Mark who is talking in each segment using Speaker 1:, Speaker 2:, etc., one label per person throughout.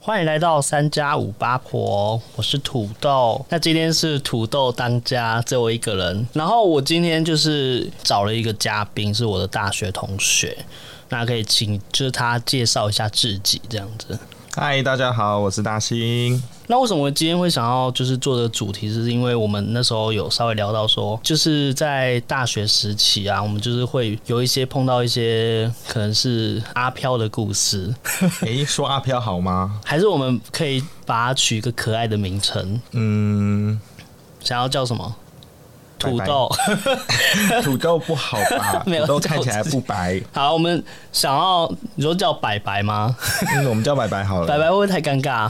Speaker 1: 欢迎来到三加五八婆，我是土豆。那今天是土豆当家，只有我一个人。然后我今天就是找了一个嘉宾，是我的大学同学。那可以请就是他介绍一下自己这样子。
Speaker 2: 嗨，大家好，我是大 兴。
Speaker 1: 那为什么今天会想要就是做这个主题，是因为我们那时候有稍微聊到说，就是在大学时期啊，我们就是会有一些碰到一些可能是阿飘的故事，
Speaker 2: 诶，说阿飘好吗？
Speaker 1: 还是我们可以把它取一个可爱的名称，
Speaker 2: 嗯，
Speaker 1: 想要叫什么？
Speaker 2: 拜
Speaker 1: 土
Speaker 2: 拜
Speaker 1: 豆。
Speaker 2: 土豆不好 吧？
Speaker 1: 没有
Speaker 2: 土豆看起来不白，
Speaker 1: 好，我们想要你说叫白白 吗？
Speaker 2: 嗯我们叫白白好了。
Speaker 1: 白白会不会太尴尬、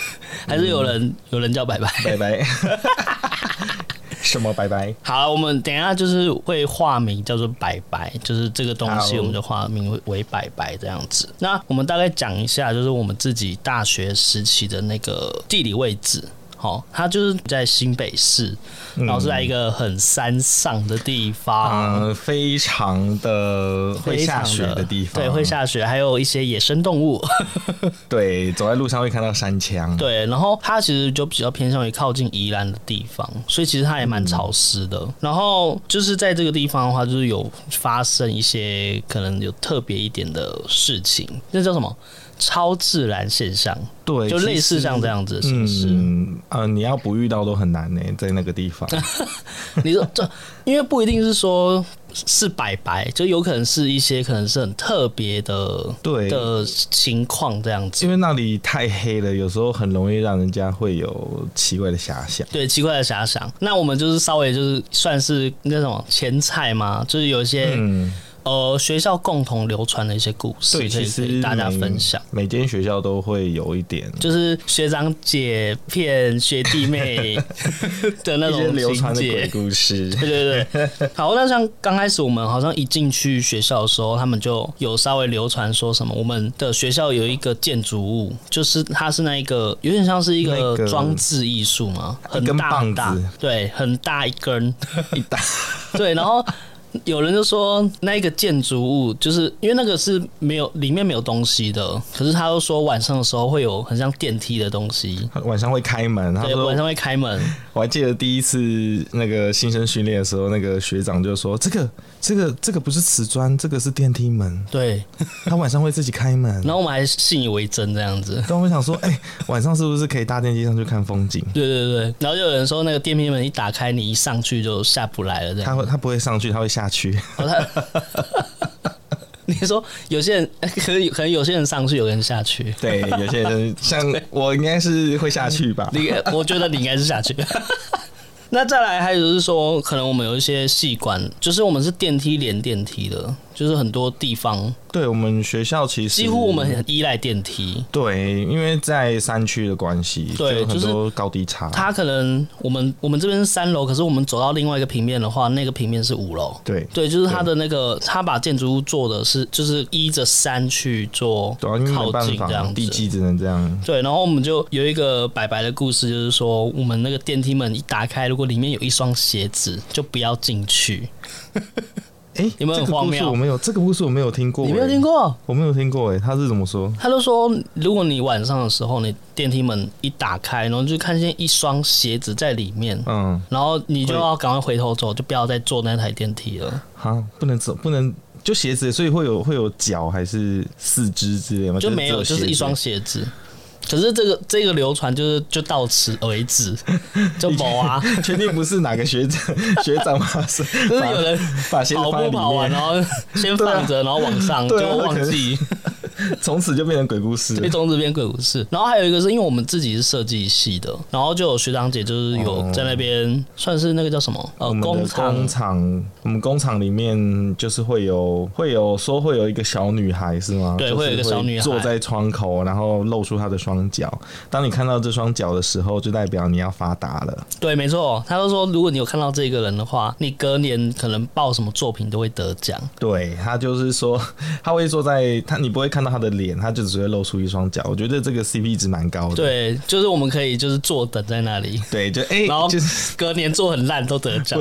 Speaker 1: 还是有
Speaker 2: 嗯
Speaker 1: 人、有人叫白白？
Speaker 2: 白 白，什么白白？
Speaker 1: 好，我们等一下就是会化名叫做白白，就是这个东西，
Speaker 2: 好
Speaker 1: 我们就化名为为白白这样子。那我们大概讲一下，就是我们自己大学时期的那个地理位置。好、它就是在新北市，然后是在一个很山上的地方，
Speaker 2: 嗯、非常的会
Speaker 1: 非常
Speaker 2: 下雪的地方，
Speaker 1: 对，会。下雪，还有一些野生动物，
Speaker 2: 对，走在路上会看到山墙。
Speaker 1: 对，然后它其实就比较偏向于靠近宜兰的地方，所以其实它也
Speaker 2: 嗯
Speaker 1: 蛮潮湿的。然后就是在这个地方的话，就是有发生一些可能有特别一点的事情，那叫什么？超自然现象，
Speaker 2: 对，
Speaker 1: 就类
Speaker 2: 其
Speaker 1: 似
Speaker 2: 实
Speaker 1: 像这。样子的形式。
Speaker 2: 嗯呃，你要不遇到都很难呢、在那个地 方。
Speaker 1: 你说这，因为不一定是说是白白，就有可能是一些可能是很特别的
Speaker 2: 对
Speaker 1: 的情况这样子
Speaker 2: 因。为那里太黑了，有时候很容易让人家会有奇怪的遐想。
Speaker 1: 对，奇怪的遐想。那我们就是稍微就是算是那什么前菜嘛，就是有一些、
Speaker 2: 嗯，
Speaker 1: 呃学校共同流传的一些故事，
Speaker 2: 对，
Speaker 1: 可
Speaker 2: 其
Speaker 1: 以
Speaker 2: 实
Speaker 1: 给大家
Speaker 2: 每
Speaker 1: 分享。。
Speaker 2: 每间学校都会有一点
Speaker 1: 就是学长姐骗学弟 妹的那
Speaker 2: 一些
Speaker 1: 种
Speaker 2: 流传
Speaker 1: 情
Speaker 2: 的鬼
Speaker 1: 节。
Speaker 2: 故事。
Speaker 1: 对对对， 好，那像刚开始我们好像一进去学校的时候，他们就有稍微流传说什么，我们的学校有一个建筑物，就是它是那一个有点像是一
Speaker 2: 那
Speaker 1: 个
Speaker 2: 个
Speaker 1: 装置艺术嘛，很
Speaker 2: 一根
Speaker 1: 大很
Speaker 2: 棒
Speaker 1: 大
Speaker 2: 子，
Speaker 1: 对，很大一 根，
Speaker 2: 一打
Speaker 1: 对，然后有人就说那一个建筑物，就是因为那个是没有里面没有东西的，可是他又说晚上的时候会有很像电梯的东西，
Speaker 2: 晚上会开门，他
Speaker 1: 对，
Speaker 2: 说
Speaker 1: 晚上会开门，
Speaker 2: 我还记得第一次那个新生训练的时候，那个学长就说：“这个、这个、这个不是瓷砖，这个是电梯门，
Speaker 1: 对，
Speaker 2: 他晚上会自己开门。”
Speaker 1: 然后我们还信以为真这样子。
Speaker 2: 但我想说，哎、晚上是不是可以搭电梯上去看风景？
Speaker 1: 对对对，然后就有人说那个电梯门一打开，你一上去就下不来了这样。
Speaker 2: 他会，他不会上去，他会下 去。
Speaker 1: 你说有些人 可能可能有些人上去，有人下去。
Speaker 2: 对，有些人像我应该是会下去吧。
Speaker 1: 你，我觉得你应该是下去。 那再来，还有就是说，可能我们有一些细管，就是我们是电梯连电梯的，就是很多地方
Speaker 2: 对我们学校其实
Speaker 1: 几乎我们很依赖电梯。
Speaker 2: 对，因为在山区的关系，
Speaker 1: 对
Speaker 2: 就
Speaker 1: 就
Speaker 2: 很
Speaker 1: 是
Speaker 2: 多高低差。
Speaker 1: 它可能我们我们这边是三楼，可是我们走到另外一个平面的话，那个平面是五楼。
Speaker 2: 对
Speaker 1: 对，就是它的那个，它把建筑物做的是就是依着山去做
Speaker 2: 主要啊因为没
Speaker 1: 靠
Speaker 2: 办
Speaker 1: 近这
Speaker 2: 法，
Speaker 1: 样
Speaker 2: 地
Speaker 1: 子。
Speaker 2: 基只能这样。
Speaker 1: 对，然后我们就有一个白白的故事，就是说我们那个电梯门一打开，如果里面有一双鞋子，就不要进去。
Speaker 2: 哎、
Speaker 1: 有没有很
Speaker 2: 这个
Speaker 1: 荒
Speaker 2: 故
Speaker 1: 谬
Speaker 2: 事我没有，这个故事我没有听过、
Speaker 1: 你没有听
Speaker 2: 过？
Speaker 1: 过？
Speaker 2: 我没有听过哎、他是怎么说？
Speaker 1: 他就说，如果你晚上的时候，你电梯门一打开，然后就看见一双鞋子在里面，
Speaker 2: 嗯，
Speaker 1: 然后你就要赶快回头走，就不要再坐那台电梯了。
Speaker 2: 好，不能走，不能就鞋子，所以会有会有脚还是四肢之类吗？
Speaker 1: 就没有，
Speaker 2: 只
Speaker 1: 就是
Speaker 2: 鞋
Speaker 1: 一
Speaker 2: 子
Speaker 1: 双鞋子。可是这个这个流传就是就到此为 止，就某啊，
Speaker 2: 确定不是哪个学长学长吗？是
Speaker 1: 就是
Speaker 2: 把
Speaker 1: 有人
Speaker 2: 把鞋子
Speaker 1: 跑
Speaker 2: 放在
Speaker 1: 步
Speaker 2: 里
Speaker 1: 跑完，
Speaker 2: 面，
Speaker 1: 然 后先放着，然后往上，
Speaker 2: 对
Speaker 1: 就
Speaker 2: 啊
Speaker 1: 忘记，
Speaker 2: 从此就变成鬼故事
Speaker 1: 被
Speaker 2: 了。
Speaker 1: 中这边鬼故事。然后还有一个是因为我们自己是设计系的，然后就有学长姐就是有
Speaker 2: 哦
Speaker 1: 在那边算是那个叫什么呃
Speaker 2: 我们的
Speaker 1: 工厂
Speaker 2: 工。厂，我们工厂里面就是会有会有说会有一个小女孩是吗？
Speaker 1: 对
Speaker 2: 就是
Speaker 1: 会有一个小女孩
Speaker 2: 坐在窗口，然后露出她的双脚。当你看到这双脚的时候，就代表你要发达了。
Speaker 1: 对，没错，他就说，如果你有看到这个人的话，你隔年可能报什么作品都会得奖。
Speaker 2: 对他就是说，他会坐在他，你不会看到到他的脸，他就只会露出一双脚。我觉得这个 CP 值蛮高的。
Speaker 1: 对，就是我们可以就是坐等在那里，
Speaker 2: 对，就哎、
Speaker 1: 然后
Speaker 2: 就是
Speaker 1: 隔年做很烂都得奖。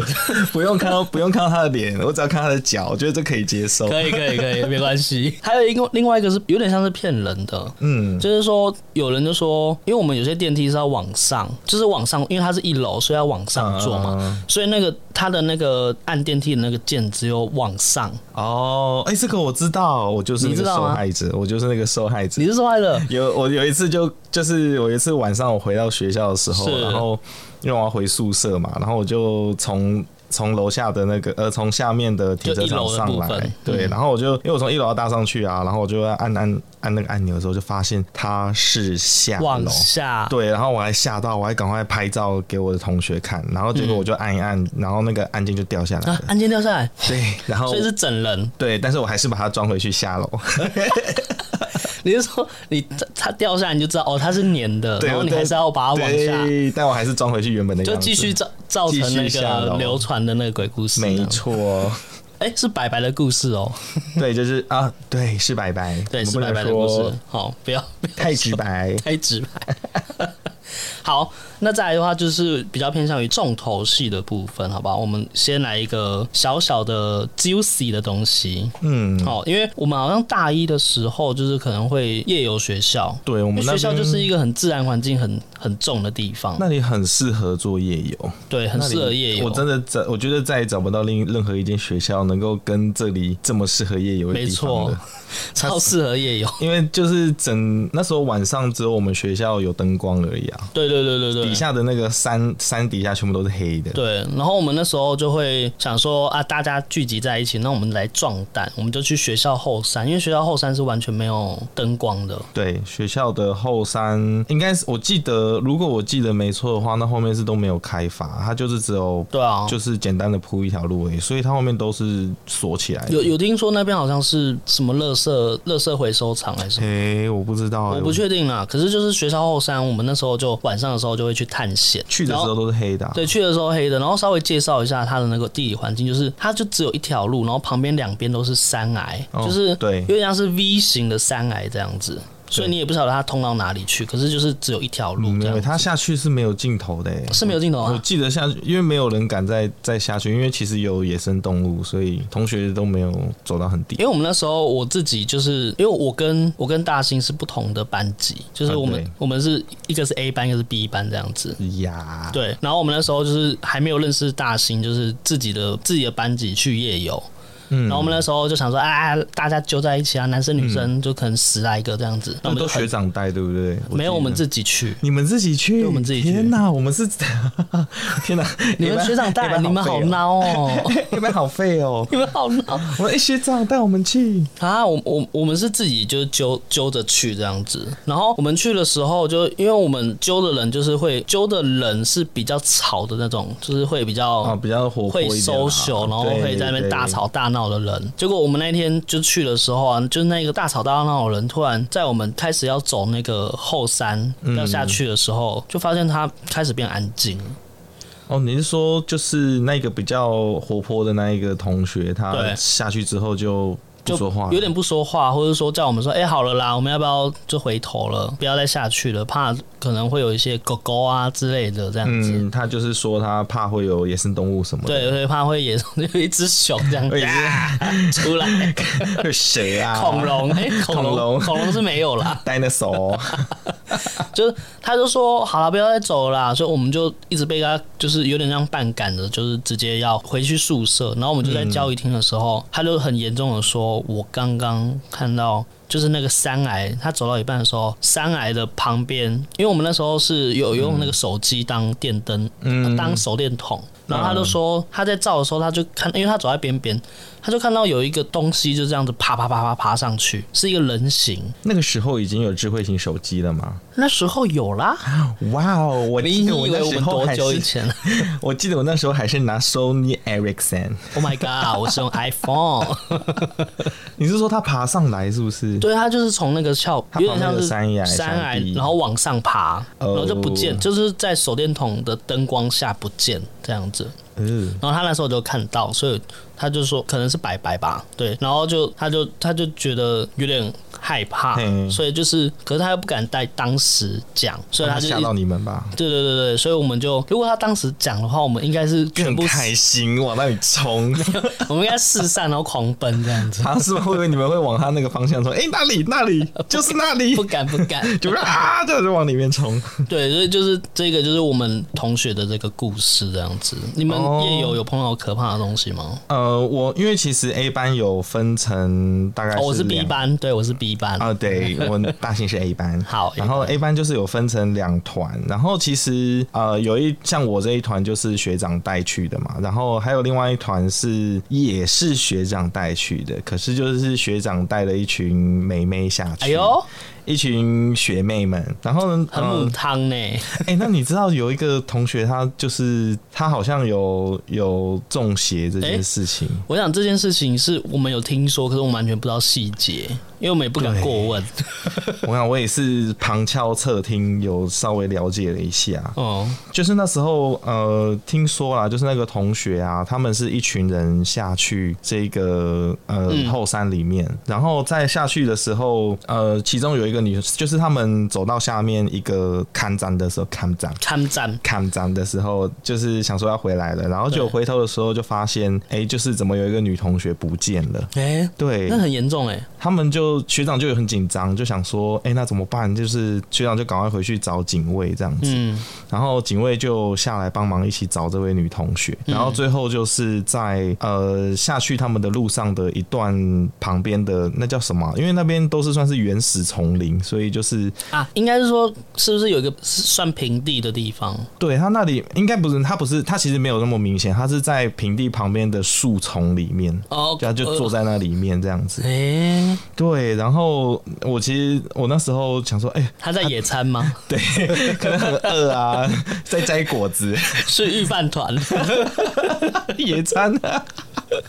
Speaker 2: 不用看到不用看到他的脸，我只要看他的脚，我觉得这可以接受。
Speaker 1: 可以可以可 以，没关系。还有一个另外一个是有点像是骗人的，
Speaker 2: 嗯，
Speaker 1: 就是说有人就说，因为我们有些电梯是要往上，就是往上，因为它是一楼，所以要往上坐嘛，
Speaker 2: 嗯
Speaker 1: 所以那个它的那个按电梯的那个键只有往上。
Speaker 2: 哦，哎、这个我知道，我就是那
Speaker 1: 你
Speaker 2: 个
Speaker 1: 知道
Speaker 2: 受
Speaker 1: 吗
Speaker 2: 害者，我就是那个受害者
Speaker 1: 你。是说坏的？
Speaker 2: 有我有一次就就是有一次晚上我回到学校的时候，
Speaker 1: 是
Speaker 2: 然后因为我要回宿舍嘛，然后我就从。从楼下的那个呃，从下面的停车场上
Speaker 1: 就一楼的部
Speaker 2: 来
Speaker 1: 分，
Speaker 2: 对，
Speaker 1: 嗯
Speaker 2: 然后我就因为我从一楼要搭上去啊，然后我就按按按那个按钮的时候，就发现它是下
Speaker 1: 往
Speaker 2: 楼，
Speaker 1: 下，
Speaker 2: 对，然后我还吓到，我还赶快拍照给我的同学看，然后结果我就按一按，然后那个按键就掉下来
Speaker 1: 嗯啊
Speaker 2: 了，，
Speaker 1: 按键掉下来，
Speaker 2: 对，然后
Speaker 1: 所以是整人。
Speaker 2: 对，但是我还是把它装回去下楼，
Speaker 1: 哦你是说你它它掉下来你就知道哦，它是粘的，
Speaker 2: 对，
Speaker 1: 然后你
Speaker 2: 我
Speaker 1: 还是要把它往下，
Speaker 2: 对但我还是装回去原本的样
Speaker 1: 就
Speaker 2: 子，
Speaker 1: 继续造造成那
Speaker 2: 继续下
Speaker 1: 个
Speaker 2: 楼
Speaker 1: 流传的那个鬼故事。
Speaker 2: 没，错，
Speaker 1: 哎、是白白的故事哦，
Speaker 2: 对，就是啊，对，是白白，
Speaker 1: 对，
Speaker 2: 我们
Speaker 1: 是
Speaker 2: 不
Speaker 1: 白
Speaker 2: 能
Speaker 1: 白的故
Speaker 2: 说
Speaker 1: 事。好，不要不要
Speaker 2: 太直白，
Speaker 1: 太直白。 好，那再来的话就是比较偏向于重头戏的部分，好不好？我们先来一个小小的 juicy 的东西，
Speaker 2: 嗯，
Speaker 1: 哦，因为我们好像大一的时候就是可能会夜游学校，
Speaker 2: 对我
Speaker 1: 我
Speaker 2: 们
Speaker 1: 们
Speaker 2: 那
Speaker 1: 学校
Speaker 2: 边
Speaker 1: 就是一个很自然环境很很重的地方，
Speaker 2: 那里很适合做夜游，
Speaker 1: 对，很
Speaker 2: 那里
Speaker 1: 适合夜游。
Speaker 2: 我真的找，我觉得再也找不到另任何一间学校能够跟这里这么适合夜游的
Speaker 1: 没
Speaker 2: 地方
Speaker 1: 错
Speaker 2: 了。，
Speaker 1: 超适合夜游。
Speaker 2: 因为就是整那时候晚上只有我们学校有灯光而已啊，
Speaker 1: 对对对对对，
Speaker 2: 底下的那个山山底下全部都是黑的。
Speaker 1: 对，然后我们那时候就会想说啊，大家聚集在一起，那我们来壮胆，我们就去学校后山，因为学校后山是完全没有灯光的。
Speaker 2: 对，学校的后山应该是我记得，如果我记得没错的话，那后面是都没有开发，它就是只有
Speaker 1: 对啊，
Speaker 2: 就是简单的铺一条路而已，所以它后面都是锁起来的。
Speaker 1: 有有听说那边好像是什么垃圾垃圾回收场还是什么。
Speaker 2: 诶、我不知道、欸，
Speaker 1: 我不确定啦，可是就是学校后山，我们那时候就晚上的时候就会去探险。
Speaker 2: 去的时候
Speaker 1: 然后
Speaker 2: 都是黑的啊、
Speaker 1: 对，去的时候黑的，然后稍微介绍一下它的那个地理环境，就是它就只有一条路，然后旁边两边都是山崖，
Speaker 2: 哦
Speaker 1: 就是
Speaker 2: 对
Speaker 1: 有点像是 V 型的山崖这样子，所以
Speaker 2: 对
Speaker 1: 你也不晓得它通到哪里去，可是就是只有一条路
Speaker 2: 嗯，
Speaker 1: 这
Speaker 2: 没
Speaker 1: 样
Speaker 2: 有，
Speaker 1: 子。
Speaker 2: 它下去是没有尽头的、欸，
Speaker 1: 是没有尽头
Speaker 2: 我
Speaker 1: 啊，
Speaker 2: 记得下去，因为没有人敢再再下去，因为其实有野生动物，所以同学都没有走到很
Speaker 1: 因
Speaker 2: 低。
Speaker 1: 为我们那时候我自己就是因为我跟我跟大兴是不同的班级，就是
Speaker 2: 啊
Speaker 1: 我们、
Speaker 2: 对
Speaker 1: 我们是一个是 A 班，一个是 B 班这样子。
Speaker 2: 呀，
Speaker 1: 对，然后我们那时候就是还没有认识大兴，就是自己的自己的班级去夜游，
Speaker 2: 嗯
Speaker 1: 然后我们那时候就想说，啊，大家揪在一起啊，男生女生就可能十来个这样子，那
Speaker 2: 那
Speaker 1: 我们
Speaker 2: 们都
Speaker 1: 就很
Speaker 2: 学长带，对不对？
Speaker 1: 没有，我们
Speaker 2: 己，
Speaker 1: 自己去。
Speaker 2: 你们自己去，
Speaker 1: 对我们自己去
Speaker 2: 天哪，我 们是，天哪，
Speaker 1: 你们
Speaker 2: 班
Speaker 1: 学长带，你们好，孬哦，
Speaker 2: 你们好废哦
Speaker 1: 。你们好孬
Speaker 2: 我们哎学长带我们 去，
Speaker 1: 啊！我我我们是自己就是揪揪着去这样子，然后我们去的时候就因为我们揪的人就是会揪的人是比较吵的那种，就是会比较
Speaker 2: 啊，比较活泼一
Speaker 1: 会
Speaker 2: 点啦，
Speaker 1: social，然后会在那边大吵大闹的人。结果我们那天就去的时候啊，就那个大吵大闹的人，突然在我们开始要走那个后山
Speaker 2: 嗯
Speaker 1: 要下去的时候，就发现他开始变安静了。
Speaker 2: 对。哦，你是说就是那个比较活泼的那一个同学，他
Speaker 1: 对
Speaker 2: 下去之后就不
Speaker 1: 就
Speaker 2: 说话了，
Speaker 1: 有点不说话，或者说叫我们说，哎、好了啦，我们要不要就回头了，不要再下去了，怕可能会有一些狗狗啊之类的这样子。
Speaker 2: 嗯，他就是说他怕会有野生动物什么的，
Speaker 1: 对，会怕会野生有一只熊这样
Speaker 2: 会
Speaker 1: 子、
Speaker 2: 有一 只
Speaker 1: 啊出 来，
Speaker 2: 对，谁啊？
Speaker 1: 恐龙，哎、恐
Speaker 2: 恐
Speaker 1: 龙，
Speaker 2: 龙
Speaker 1: 恐龙是没有啦，
Speaker 2: ，dinosaur，
Speaker 1: 就是他就说好了，不要再走了啦，所以我们就一直被他就是有点像半赶着，就是直接要回去宿舍。然后我们就在交易厅的时候，他就很严重的说：“我刚刚看到。”就是那个山崖，他走到一半的时候，山崖的旁边，因为我们那时候是有用那个手机当电灯，
Speaker 2: 嗯
Speaker 1: 当手电筒，然后他就说他在照的时候，他就看，因为他走在边边，他就看到有一个东西就这样子爬爬爬爬爬上去，是一个人形。
Speaker 2: 那个时候已经有智慧型手机了吗？
Speaker 1: 那时候有啦，
Speaker 2: 哇哦，我
Speaker 1: 你
Speaker 2: 记
Speaker 1: 以
Speaker 2: 得我
Speaker 1: 为
Speaker 2: 那
Speaker 1: 我
Speaker 2: 时
Speaker 1: 们
Speaker 2: 候
Speaker 1: 多
Speaker 2: 还
Speaker 1: 久以
Speaker 2: 是，
Speaker 1: 前
Speaker 2: 我记得我那时候还是拿 Sony Ericsson。
Speaker 1: ？Oh my god！我是用 iPhone，
Speaker 2: 你是说他爬上来是不是？
Speaker 1: 对，它就是从那个峭，
Speaker 2: 它
Speaker 1: 有点
Speaker 2: 旁
Speaker 1: 像
Speaker 2: 边有
Speaker 1: 是
Speaker 2: 山崖
Speaker 1: 山
Speaker 2: 山
Speaker 1: 崖
Speaker 2: 壁，
Speaker 1: 然后往上爬，然后就不见，
Speaker 2: 哦
Speaker 1: 就是在手电筒的灯光下不见这样子。
Speaker 2: 嗯，
Speaker 1: 然后他那时候就看到，所以他就说可能是白白吧，对，然后就他就他就觉得有点害怕
Speaker 2: 嘿，
Speaker 1: 所以就是，可是他又不敢在当时讲，所以
Speaker 2: 让
Speaker 1: 他
Speaker 2: 他
Speaker 1: 就
Speaker 2: 吓到你们吧。
Speaker 1: 对对对对，所以我们就，如果他当时讲的话，我们应该是全
Speaker 2: 更
Speaker 1: 部，
Speaker 2: 开心往那里冲，
Speaker 1: 我们应该四散然后狂奔这样子，
Speaker 2: 他是不是会以为你们会往他那个方 向冲？哎、那里那里就是那里
Speaker 1: 不，敢不敢，
Speaker 2: 就是啊，这样就往里面冲。
Speaker 1: 对，所以就是这个就是我们同学的这个故事这样子。你们
Speaker 2: 哦
Speaker 1: 夜游有碰到可怕的东西吗？
Speaker 2: 呃，我因为其实 A 班有分成大概
Speaker 1: 哦，我是 B
Speaker 2: 两
Speaker 1: 班，对我是 B 班，
Speaker 2: 啊、对，我大兴是 A 班。
Speaker 1: 好
Speaker 2: 然后 A 班就是有分成两团，然后其实呃有一像我这一团就是学长带去的嘛，然后还有另外一团是也是学长带去的，可是就是学长带了一群妹妹下去，
Speaker 1: 哎呦，
Speaker 2: 一群学妹们，然后呢，
Speaker 1: 很
Speaker 2: 呃
Speaker 1: 母汤呢、
Speaker 2: 哎、那你知道有一个同学，他就是他好像有有中邪这
Speaker 1: 哎
Speaker 2: 件事情，
Speaker 1: 我想这件事情是我们有听说，可是我们完全不知道细节，因为我们也不敢过问。
Speaker 2: 我想我也是旁敲侧听，有稍微了解了一下。
Speaker 1: 哦，
Speaker 2: 就是那时候呃，听说啦，就是那个同学啊，他们是一群人下去这个呃
Speaker 1: 嗯
Speaker 2: 后山里面，然后在下去的时候，呃，其中有一个女，就是他们走到下面一个看站的时候，看站。
Speaker 1: 看站，
Speaker 2: 看站的时候，就是想说要回来了，然后就
Speaker 1: 对
Speaker 2: 回头的时候就发现，哎、就是怎么有一个女同学不见了。
Speaker 1: 哎、
Speaker 2: 对
Speaker 1: 那，很严重哎、
Speaker 2: 他们就学长就有很紧张，就想说，哎、那怎么办？就是学长就赶快回去找警卫这样子。
Speaker 1: 嗯，
Speaker 2: 然后警卫就下来帮忙一起找这位女同学，然后最后就是在呃下去他们的路上的一段旁边的那叫什么啊？因为那边都是算是原始丛林，所以就是
Speaker 1: 啊，应该是说是不是有一个是算平地的地方？
Speaker 2: 对他那里应该不是，他不是他其实没有那么明显，他是在平地旁边的树丛里面，
Speaker 1: 哦，
Speaker 2: 啊就他就坐
Speaker 1: 在，
Speaker 2: 在那里面这样子。
Speaker 1: 哎、
Speaker 2: 对，然后我其实我那时候想说，哎、
Speaker 1: 他在野餐 吗？
Speaker 2: 对，可能很饿啊， 在摘果子。
Speaker 1: 是预饭 团，
Speaker 2: 野餐啊，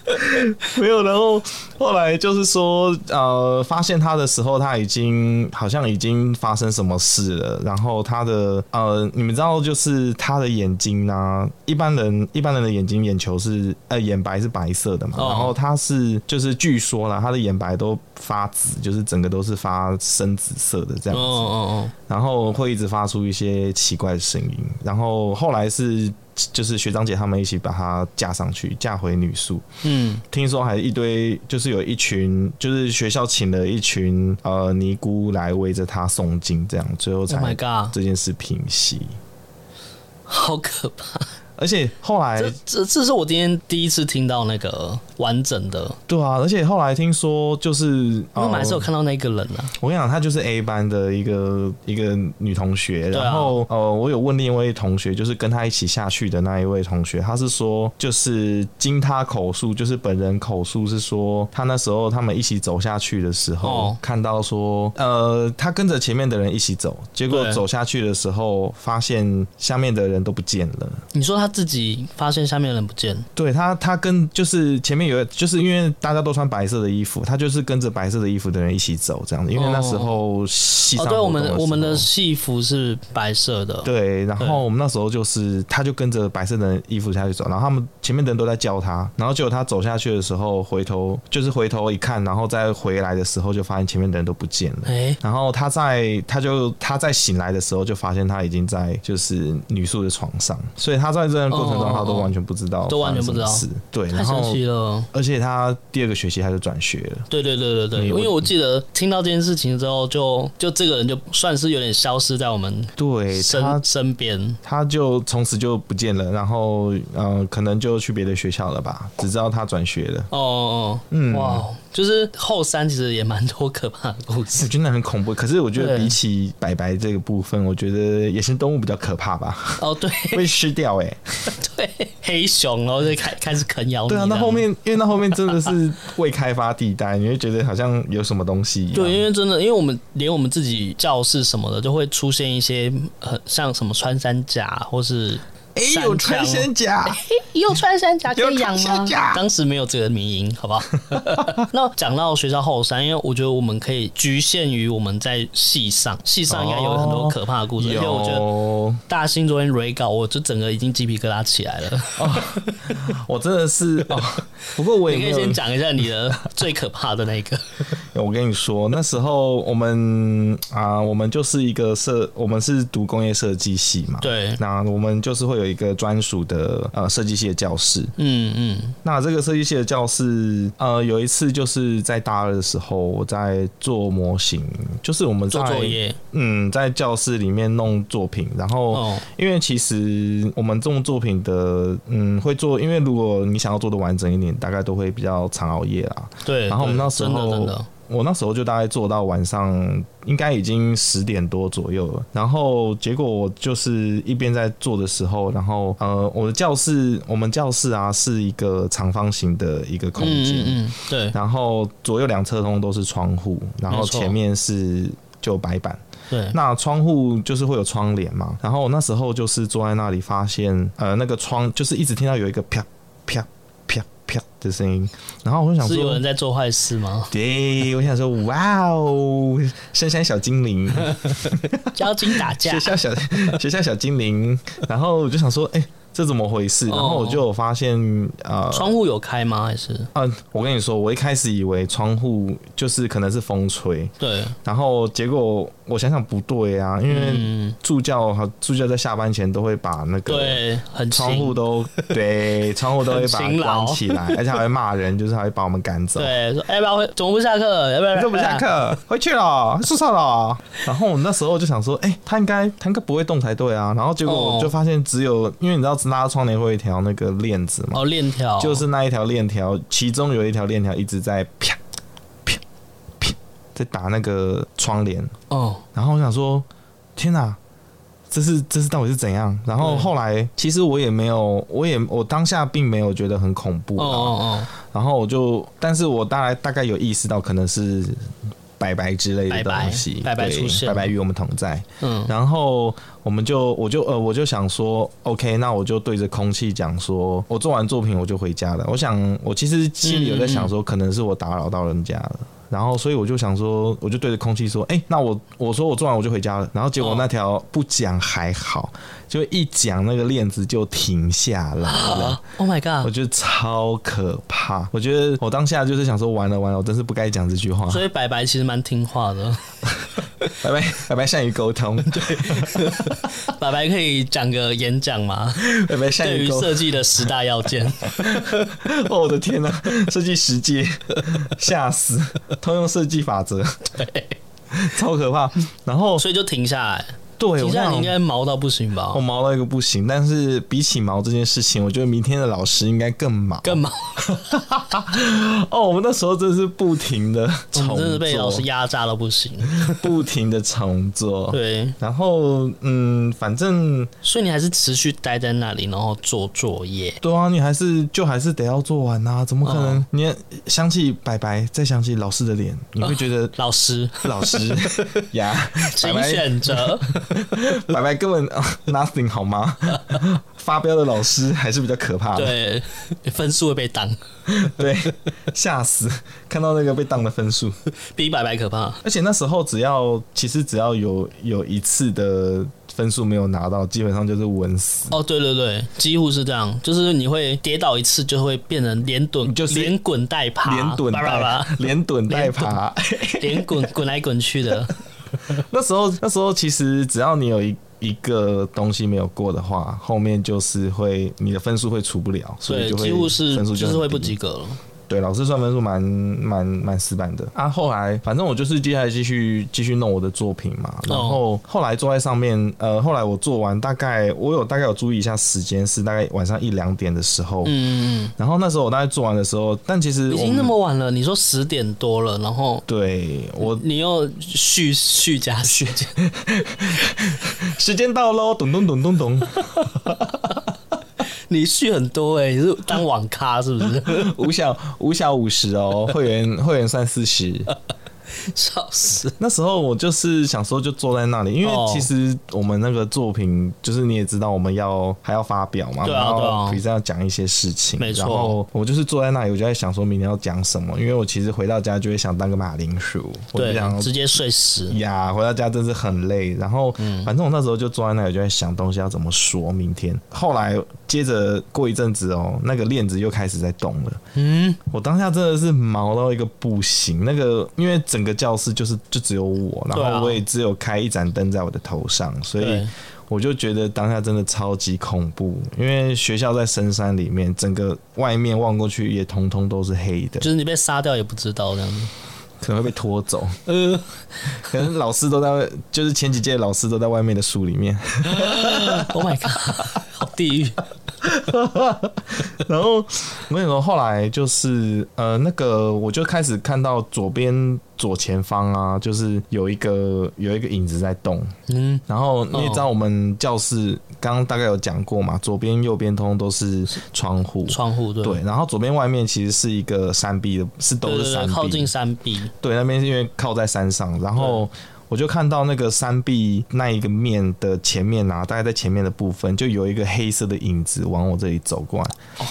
Speaker 2: 没有。然后后来就是说，呃，发现他的时候，他已经好像已经发生什么事了。然后他的呃，你们知道，就是他的眼睛呢、一般人一般人的眼睛眼球是呃眼白是白色的嘛，
Speaker 1: 哦
Speaker 2: 然后他是就是据说啦，他的眼白都发紫，就是整个都是发深紫色的这
Speaker 1: 哦
Speaker 2: 样子。
Speaker 1: 哦
Speaker 2: 然后会一直发出一些奇怪的声音。然后后来是就是学长姐他们一起把它架上去，架回女宿。
Speaker 1: 哦，嗯，
Speaker 2: 听说还一堆就是有一群就是学校请了一群呃尼姑来围着她诵经，这样最后
Speaker 1: Oh my
Speaker 2: 才
Speaker 1: god，
Speaker 2: 这件事平息。
Speaker 1: 好可怕！
Speaker 2: 而且后来
Speaker 1: 这这这是我今天第一次听到那个完整的，
Speaker 2: 对啊，而且后来听说就是
Speaker 1: 因为我们
Speaker 2: 呃
Speaker 1: 还是有看到那个人啊。
Speaker 2: 我跟你讲，她就是 A 班的一个一个女同学，
Speaker 1: 对啊
Speaker 2: 然后、呃，我有问另外一位同学，就是跟她一起下去的那一位同学，他是说，就是经她口述，就是本人口述是说，她那时候他们一起走下去的时候，
Speaker 1: 哦
Speaker 2: 看到说，呃，她跟着前面的人一起走，结果
Speaker 1: 对
Speaker 2: 走下去的时候，发现下面的人都不见了。
Speaker 1: 你说他自己发现下面的人不见，
Speaker 2: 对他，他跟就是前面有，就是因为大家都穿白色的衣服，他就是跟着白色的衣服的人一起走这样子。因为那时候西
Speaker 1: 哦，
Speaker 2: 藏
Speaker 1: 对，我
Speaker 2: 活动时
Speaker 1: 们
Speaker 2: 候
Speaker 1: 我们的戏服是白色的，
Speaker 2: 对，然后我们那时候就是他就跟着白色的衣服下去走，然后他们前面的人都在叫他，然后结果他走下去的时候，回头就是回头一看，然后再回来的时候就发现前面的人都不见了。
Speaker 1: 哎，
Speaker 2: 然后他在，他就他在醒来的时候，就发现他已经在就是女宿的床上，所以他在这段过程中，
Speaker 1: 哦
Speaker 2: 他都完全不知道，
Speaker 1: 都完全不知道
Speaker 2: 事。对，
Speaker 1: 太
Speaker 2: 然
Speaker 1: 神
Speaker 2: 后
Speaker 1: 奇了。
Speaker 2: 而且他第二个学期他就转学了，
Speaker 1: 对对对对对，
Speaker 2: 嗯
Speaker 1: 因
Speaker 2: 我
Speaker 1: 为我记得听到这件事情之后，就就这个人就算是有点消失在我们
Speaker 2: 对他
Speaker 1: 身身边。
Speaker 2: 他就从此就不见了，然后呃，可能就去别的学校了吧，只知道他转学了。
Speaker 1: 哦哦，
Speaker 2: 嗯
Speaker 1: 哦，哇，就是后山其实也蛮多可怕的故
Speaker 2: 我
Speaker 1: 事。
Speaker 2: 觉得很恐怖，可是我觉得
Speaker 1: 对
Speaker 2: 比起白白这个部分，我觉得野生动物比较可怕 吧，
Speaker 1: 哦，对
Speaker 2: 会吃掉哎、
Speaker 1: 对，黑熊，然后就开开始啃咬你。
Speaker 2: 对啊，那
Speaker 1: 这样
Speaker 2: 后面因为那后面真的是未开发地带，你会觉得好像有什么东西一样。
Speaker 1: 对，因为真的，因为我们连我们自己教室什么的，就会出现一些很像什么穿山甲，或是
Speaker 2: 哎、哎有穿
Speaker 1: 山啊
Speaker 2: 山甲，
Speaker 1: 有穿山甲啊
Speaker 2: 可以养吗有穿山甲
Speaker 1: 当时没有这个民营，好不好？ 那讲到学校后山，因为我觉得我们可以局限于我们在戏上，戏上应该有很多可怕的故事，而且我觉得
Speaker 2: 有，
Speaker 1: 大兴昨天 re 稿，我就整个已经鸡皮疙瘩起来了。
Speaker 2: 我真的是哦。不过我也
Speaker 1: 你可
Speaker 2: 没
Speaker 1: 以
Speaker 2: 有
Speaker 1: 先讲一下你的最可怕的那个，
Speaker 2: 我跟你说，那时候我们啊、我们就是一个设，我们是读工业设计系嘛。。
Speaker 1: 对，
Speaker 2: 那我们就是会有一个专属的呃设计系的教室。
Speaker 1: 嗯嗯，
Speaker 2: 那这个设计系的教室，呃，有一次就是在大二的时候，我在做模型，就是我们在
Speaker 1: 做作业，
Speaker 2: 嗯在教室里面弄作品，然后、
Speaker 1: 哦，
Speaker 2: 因为其实我们这种作品的，嗯，会做，因为如果你想要做的完整一点，大概都会比较常熬夜啊啦。
Speaker 1: 对。
Speaker 2: 然后我们
Speaker 1: 对
Speaker 2: 那时候
Speaker 1: 真的真的，
Speaker 2: 我那时候就大概做到晚上，应该已经十点多左右了。然后结果我就是一边在做的时候，然后呃，我的教室，我们教室啊是一个长方形的一个空
Speaker 1: 嗯
Speaker 2: 间，
Speaker 1: 嗯嗯，对
Speaker 2: 然后左右两侧通都是窗户，然后
Speaker 1: 没错
Speaker 2: 前面是就白板。
Speaker 1: 对，
Speaker 2: 那窗户就是会有窗帘嘛，然后我那时候就是坐在那里，发现呃那个窗就是一直听到有一个啪啪啪啪的声音，然后我就想
Speaker 1: 是有
Speaker 2: 说
Speaker 1: 人，在做坏事吗？
Speaker 2: 对，我想说哇哦，深山小精 灵，
Speaker 1: 交警打架
Speaker 2: 学，校小 学校小精灵，然后我就想说，哎、这怎么回事？
Speaker 1: 哦
Speaker 2: 然后我就有发现呃。
Speaker 1: 窗户有开吗？还是
Speaker 2: 嗯、我跟你说，我一开始以为窗户就是可能是风吹，
Speaker 1: 对，
Speaker 2: 然后结果我想想不对啊，因为
Speaker 1: 嗯，
Speaker 2: 助教和助教在下班前都会把那个
Speaker 1: 对，很
Speaker 2: 窗户
Speaker 1: 的，
Speaker 2: 都对窗户都会把
Speaker 1: 很
Speaker 2: 它
Speaker 1: 勤劳
Speaker 2: 关起来，而且还会骂人，就是还会把我们赶走。
Speaker 1: 对，说哎要不要回，怎么不下课？要不要哎
Speaker 2: 你
Speaker 1: 来
Speaker 2: 怎么不下？ 课？回去了，宿舍了。然后我那时候就想说，哎、他应该他应该不会动才对啊。然后结果
Speaker 1: 哦
Speaker 2: 我就发现只有，因为你知道拉窗帘会有一条那个链子嘛，
Speaker 1: 哦，链条
Speaker 2: 就是那一条链条，其中有一条链条一直在啪啪啪在打那个窗帘。
Speaker 1: 哦，
Speaker 2: 然后我想说，天哪、这是这是到底是怎样？然后
Speaker 1: 对
Speaker 2: 后来其实我也没有，我也我当下并没有觉得很恐怖
Speaker 1: 哦
Speaker 2: 啦、
Speaker 1: 哦
Speaker 2: 然后我就，但是我大概大概有意识到可能是白白之类的
Speaker 1: 拜拜
Speaker 2: 东西，
Speaker 1: 拜拜
Speaker 2: 对
Speaker 1: 出现
Speaker 2: 白白与我们同在。
Speaker 1: 哦， 嗯，
Speaker 2: 然后我们就我就呃我就想说，OK，那我就对着空气讲说，我做完作品我就回家了。我想我其实心里有在想说，可能是我打扰到人家了。然后，所以我就想说，我就对着空气说：“哎、那我我说我做完我就回家了。”然后结果
Speaker 1: 哦
Speaker 2: 那条不讲还好，就一讲那个链子就停下来 了。
Speaker 1: 啊，Oh my
Speaker 2: 我
Speaker 1: god！
Speaker 2: 觉得超可怕。我觉得我当下就是想说，完了完了，我真是不该讲这句话。
Speaker 1: 所以白白其实蛮听话 的，
Speaker 2: 拜拜拜拜，善于沟 通，
Speaker 1: 白白可以讲个演讲嘛，
Speaker 2: 拜拜善
Speaker 1: 对
Speaker 2: 于
Speaker 1: 于
Speaker 2: 沟通。
Speaker 1: 设计的十大要 件，
Speaker 2: 哦，我的天哪、设计十阶，吓死！通用设计法则，
Speaker 1: 对，
Speaker 2: 超可怕。然后
Speaker 1: 所以就停下来，
Speaker 2: 对
Speaker 1: 停
Speaker 2: 我
Speaker 1: 下来你应
Speaker 2: 想。
Speaker 1: 该毛到不行吧
Speaker 2: 我？毛到一个不行，但是比起毛这件事情，我觉得明天的老师应该更忙
Speaker 1: 更毛，
Speaker 2: 哦。我们那时候真是不停的
Speaker 1: 我
Speaker 2: 重
Speaker 1: 们
Speaker 2: 做，
Speaker 1: 真的被老师压榨到不 行。
Speaker 2: 不停的重做。
Speaker 1: 对，
Speaker 2: 然后嗯，反正
Speaker 1: 所以你还是持续待在那里，然后做作业。
Speaker 2: 对啊，你还是就还是得要做完呐、怎么可能？
Speaker 1: 哦
Speaker 2: 你想起白白，再想起老师的脸，你会觉得
Speaker 1: 老师，
Speaker 2: 老师呀，白
Speaker 1: 请
Speaker 2: 白
Speaker 1: 选 择。
Speaker 2: 白白根本、啊 nothing 好吗？发飙的老师还是比较可怕的，
Speaker 1: 对，分数会被挡，
Speaker 2: 对，吓死！看到那个被当的分数，
Speaker 1: 比白白可怕。
Speaker 2: 而且那时候只要其实只要有有一次的分数没有拿到，基本上就是稳死。
Speaker 1: 哦，对对对，几乎是这样，就是你会跌倒一次，就会变成连滚，
Speaker 2: 就是
Speaker 1: 连滚带爬，
Speaker 2: 连滚
Speaker 1: 叭叭
Speaker 2: 带
Speaker 1: 叭，
Speaker 2: 连滚带爬，
Speaker 1: 连滚滚来滚去的。
Speaker 2: 那时候，那时候其实只要你有一一个东西没有过的话，后面就是会你的分数会出不了，所以
Speaker 1: 对
Speaker 2: 就，会
Speaker 1: 几乎是
Speaker 2: 分数
Speaker 1: 就是
Speaker 2: 很
Speaker 1: 会不
Speaker 2: 低
Speaker 1: 及。格了。
Speaker 2: 对，老师算分数蛮蛮蛮死板的啊。后来反正我就是接下来继续继续弄我的作品
Speaker 1: 哦
Speaker 2: 嘛，然后、后来坐在上面，呃，后来我做完大概我有大概有注意一下时间，是大概晚上一两点的时候。
Speaker 1: 嗯嗯
Speaker 2: 然后那时候我大概做完的时候，但其实
Speaker 1: 嗯，已
Speaker 2: 我
Speaker 1: 经那
Speaker 2: 们
Speaker 1: 么晚了，你说十点多了，然后
Speaker 2: 对我
Speaker 1: 你又续续加续 加，
Speaker 2: 时间到喽，咚咚咚咚咚。
Speaker 1: 你续很多哎、你是当网咖是不是？
Speaker 2: 五小五小五十哦，会员会员算四十。
Speaker 1: 笑死！
Speaker 2: 那时候我就是想说，就坐在那里，因为
Speaker 1: 哦
Speaker 2: 其实我们那个作品，就是你也知道，我们要还要发表嘛，
Speaker 1: 对啊
Speaker 2: 然
Speaker 1: 对啊
Speaker 2: 后 present 要讲一些事情，
Speaker 1: 没错
Speaker 2: 然后我就是坐在那里，我就在想说明天要讲什么，因为我其实回到家就会想当个马铃薯，我就
Speaker 1: 对
Speaker 2: 想，
Speaker 1: 直接睡死。
Speaker 2: 呀，回到家真是很累。然后，
Speaker 1: 嗯
Speaker 2: 反正我那时候就坐在那里，就在想东西要怎么说明天。后来接着过一阵子哦，那个链子又开始在动了。
Speaker 1: 嗯，
Speaker 2: 我当下真的是毛到一个不行。那个因为整个教室就是就只有我，然
Speaker 1: 对啊
Speaker 2: 后我也只有开一盏灯在我的头上，所以
Speaker 1: 对。
Speaker 2: 我就觉得当下真的超级恐怖，因为学校在深山里面，整个外面望过去也通通都是黑的，
Speaker 1: 就是你被杀掉也不知道这样子。
Speaker 2: 可能会被拖走。
Speaker 1: 呃，
Speaker 2: 可能老师都在，就是前几届老师都在外面的树里面。
Speaker 1: Oh my god，好 地狱！
Speaker 2: 然后我跟你说，后来就是呃，那个我就开始看到左边左前方啊，就是有一个有一个影子在动。
Speaker 1: 嗯，
Speaker 2: 然后你也知道，我们教室刚刚大概有讲过嘛，左边右边通通都是窗户。
Speaker 1: 窗户对，
Speaker 2: 对，然后左边外面其实是一个山壁的，是都
Speaker 1: 对
Speaker 2: 是
Speaker 1: 对
Speaker 2: 山
Speaker 1: 对，
Speaker 2: 壁，
Speaker 1: 靠近山壁，
Speaker 2: 对，那边是因为靠在山上，然后我就看到那个山壁那一个面的前面啊，大概在前面的部分，就有一个黑色的影子往我这里走过来。
Speaker 1: 嗯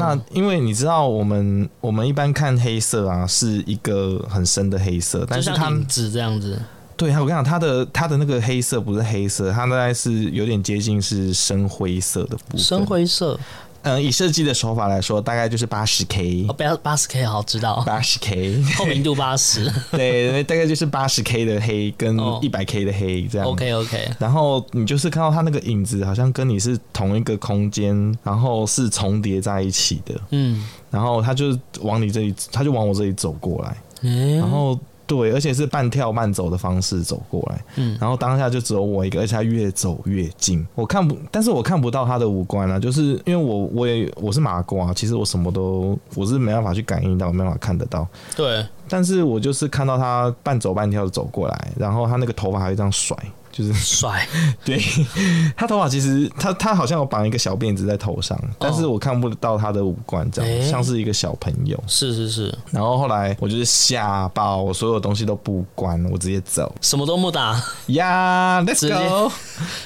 Speaker 2: 那因为你知道，我们我们一般看黑色啊，是一个很深的黑色，但
Speaker 1: 就是像
Speaker 2: 它
Speaker 1: 影子这样子。
Speaker 2: 对，我跟你讲，它的它的那个黑色不是黑色，它大概是有点接近是深灰色的部分。
Speaker 1: 深，灰色，
Speaker 2: 嗯，以设计的手法来说，大概就是八十 K，
Speaker 1: 哦，不要八十 K 好知 道，
Speaker 2: 八十 K。
Speaker 1: 透明度八十
Speaker 2: 对，大概就是八十 K 的黑跟
Speaker 1: 哦
Speaker 2: 一百 K 的黑这样。
Speaker 1: ，OK OK，
Speaker 2: 然后你就是看到他那个影子，好像跟你是同一个空间，然后是重叠在一起的。
Speaker 1: 嗯，
Speaker 2: 然后他就往你这里，他就往我这里走过来。
Speaker 1: 嗯
Speaker 2: 然后对，而且是半跳半走的方式走过来。
Speaker 1: 嗯
Speaker 2: 然后当下就只有我一个，而且他越走越近，我看不，但是我看不到他的五官啊，就是因为我我也我是麻瓜，其实我什么都我是没办法去感应到，没办法看得到。
Speaker 1: 对，
Speaker 2: 但是我就是看到他半走半跳的走过来，然后他那个头发还会这样甩，就是
Speaker 1: 帅，
Speaker 2: 对他头发其实他他好像有绑一个小辫子在头上，但是我看不到他的五官，这样、
Speaker 1: 哦诶
Speaker 2: 像是一个小朋友。
Speaker 1: 是是是，
Speaker 2: 然后后来我就是吓爆，我所有东西都不关，我直接走
Speaker 1: 什么都不打，
Speaker 2: 呀、yeah,，Let's
Speaker 1: 直接 直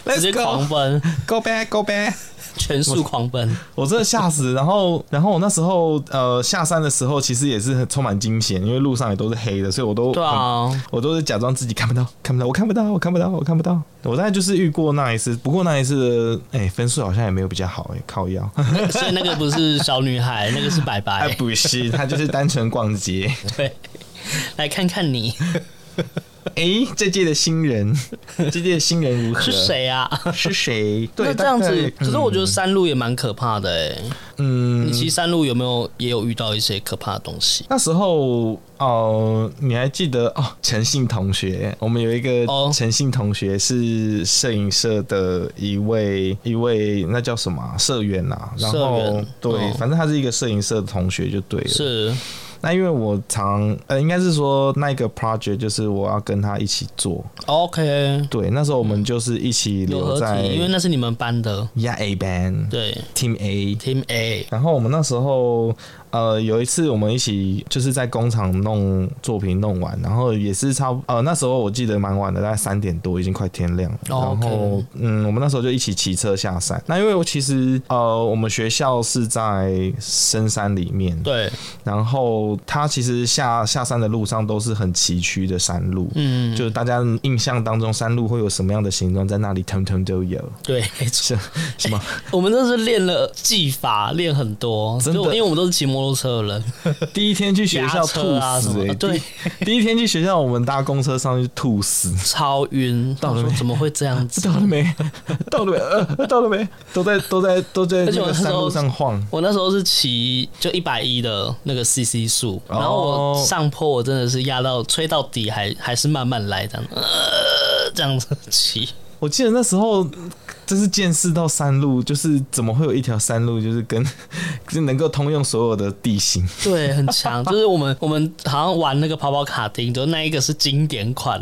Speaker 2: go，Let's
Speaker 1: 接
Speaker 2: go
Speaker 1: 狂奔，
Speaker 2: go back go back。
Speaker 1: 全速狂奔，
Speaker 2: 我真的吓死。然后，然后我那时候呃下山的时候，其实也是很充满惊险，因为路上也都是黑的，所以我都
Speaker 1: 对啊，
Speaker 2: 我都是假装自己看不到，看不到，我看不到，我看不到，我看不到。我大概就是遇过那一次，不过那一次的哎、分数好像也没有比较好哎、靠腰。
Speaker 1: 所以那个不是小女孩，那个是白
Speaker 2: 哎，
Speaker 1: 白，
Speaker 2: 不是，他就是单纯逛街。
Speaker 1: 对，来看看你
Speaker 2: 啊哎、这届的新人，这届的新人如何？
Speaker 1: 是？谁啊？
Speaker 2: 是谁？对，
Speaker 1: 那这样
Speaker 2: 大概
Speaker 1: 子，可是我觉得山路也蛮可怕的哎，
Speaker 2: 嗯，
Speaker 1: 你骑山路有没有也有遇到一些可怕的东西？
Speaker 2: 那时候哦、你还记得哦？陈信同学，我们有一个
Speaker 1: 哦
Speaker 2: 陈信同学是摄影社的一位一位，那叫什么啊社员啊？然
Speaker 1: 社
Speaker 2: 后
Speaker 1: 员
Speaker 2: 对，
Speaker 1: 哦
Speaker 2: 反正他是一个摄影社的同学就对了。
Speaker 1: 是，
Speaker 2: 那因为我常呃，应该是说那个 project 就是我要跟他一起做。
Speaker 1: OK，
Speaker 2: 对，那时候我们就是一起
Speaker 1: 嗯有合
Speaker 2: 留在
Speaker 1: 体，因为那是你们班的，
Speaker 2: 亚 A band
Speaker 1: 对
Speaker 2: team A。
Speaker 1: ，Team A，
Speaker 2: 然后我们那时候，呃，有一次我们一起就是在工厂弄作品弄完，然后也是差不呃那时候我记得蛮晚的，大概三点多，已经快天亮了。
Speaker 1: 哦
Speaker 2: 然后
Speaker 1: OK
Speaker 2: 嗯，我们那时候就一起骑车下山。那因为我其实呃我们学校是在深山里面，
Speaker 1: 对，
Speaker 2: 然后它其实下下山的路上都是很崎岖的山路。
Speaker 1: 嗯，
Speaker 2: 就是大家印象当中，山路会有什么样的形状，在那里通通都有。
Speaker 1: 对， 没错。
Speaker 2: 是什么？
Speaker 1: 我们这是练了技法，练很多，
Speaker 2: 真的
Speaker 1: 就因为我们都是骑摩托车的人，
Speaker 2: 第一天去学 校
Speaker 1: 压
Speaker 2: 吐
Speaker 1: 车啊什
Speaker 2: 死、
Speaker 1: 么
Speaker 2: 欸，
Speaker 1: 的，对，
Speaker 2: 第一天去学校，我们搭公车上去吐死，
Speaker 1: 超晕，
Speaker 2: 到了
Speaker 1: 我
Speaker 2: 没
Speaker 1: 说怎么会 这样子？
Speaker 2: 到了没？ 到了没？呃，到了没？都在都在都在
Speaker 1: 而且
Speaker 2: 那
Speaker 1: 我
Speaker 2: 个
Speaker 1: 那时
Speaker 2: 山
Speaker 1: 候
Speaker 2: 路上晃。
Speaker 1: 我那时候是骑就一百一的那个 CC 数，
Speaker 2: 哦
Speaker 1: 然后我上坡我真的是压到吹到底还，还是慢慢来这样，呃，这样子骑，
Speaker 2: 我记得那时候真是见识到山路，就是怎么会有一条山路，就是跟 就是能够通用所有的地形。
Speaker 1: 对，很 强。就是我们我们好像玩那个跑跑卡丁，就那一个是经典 款，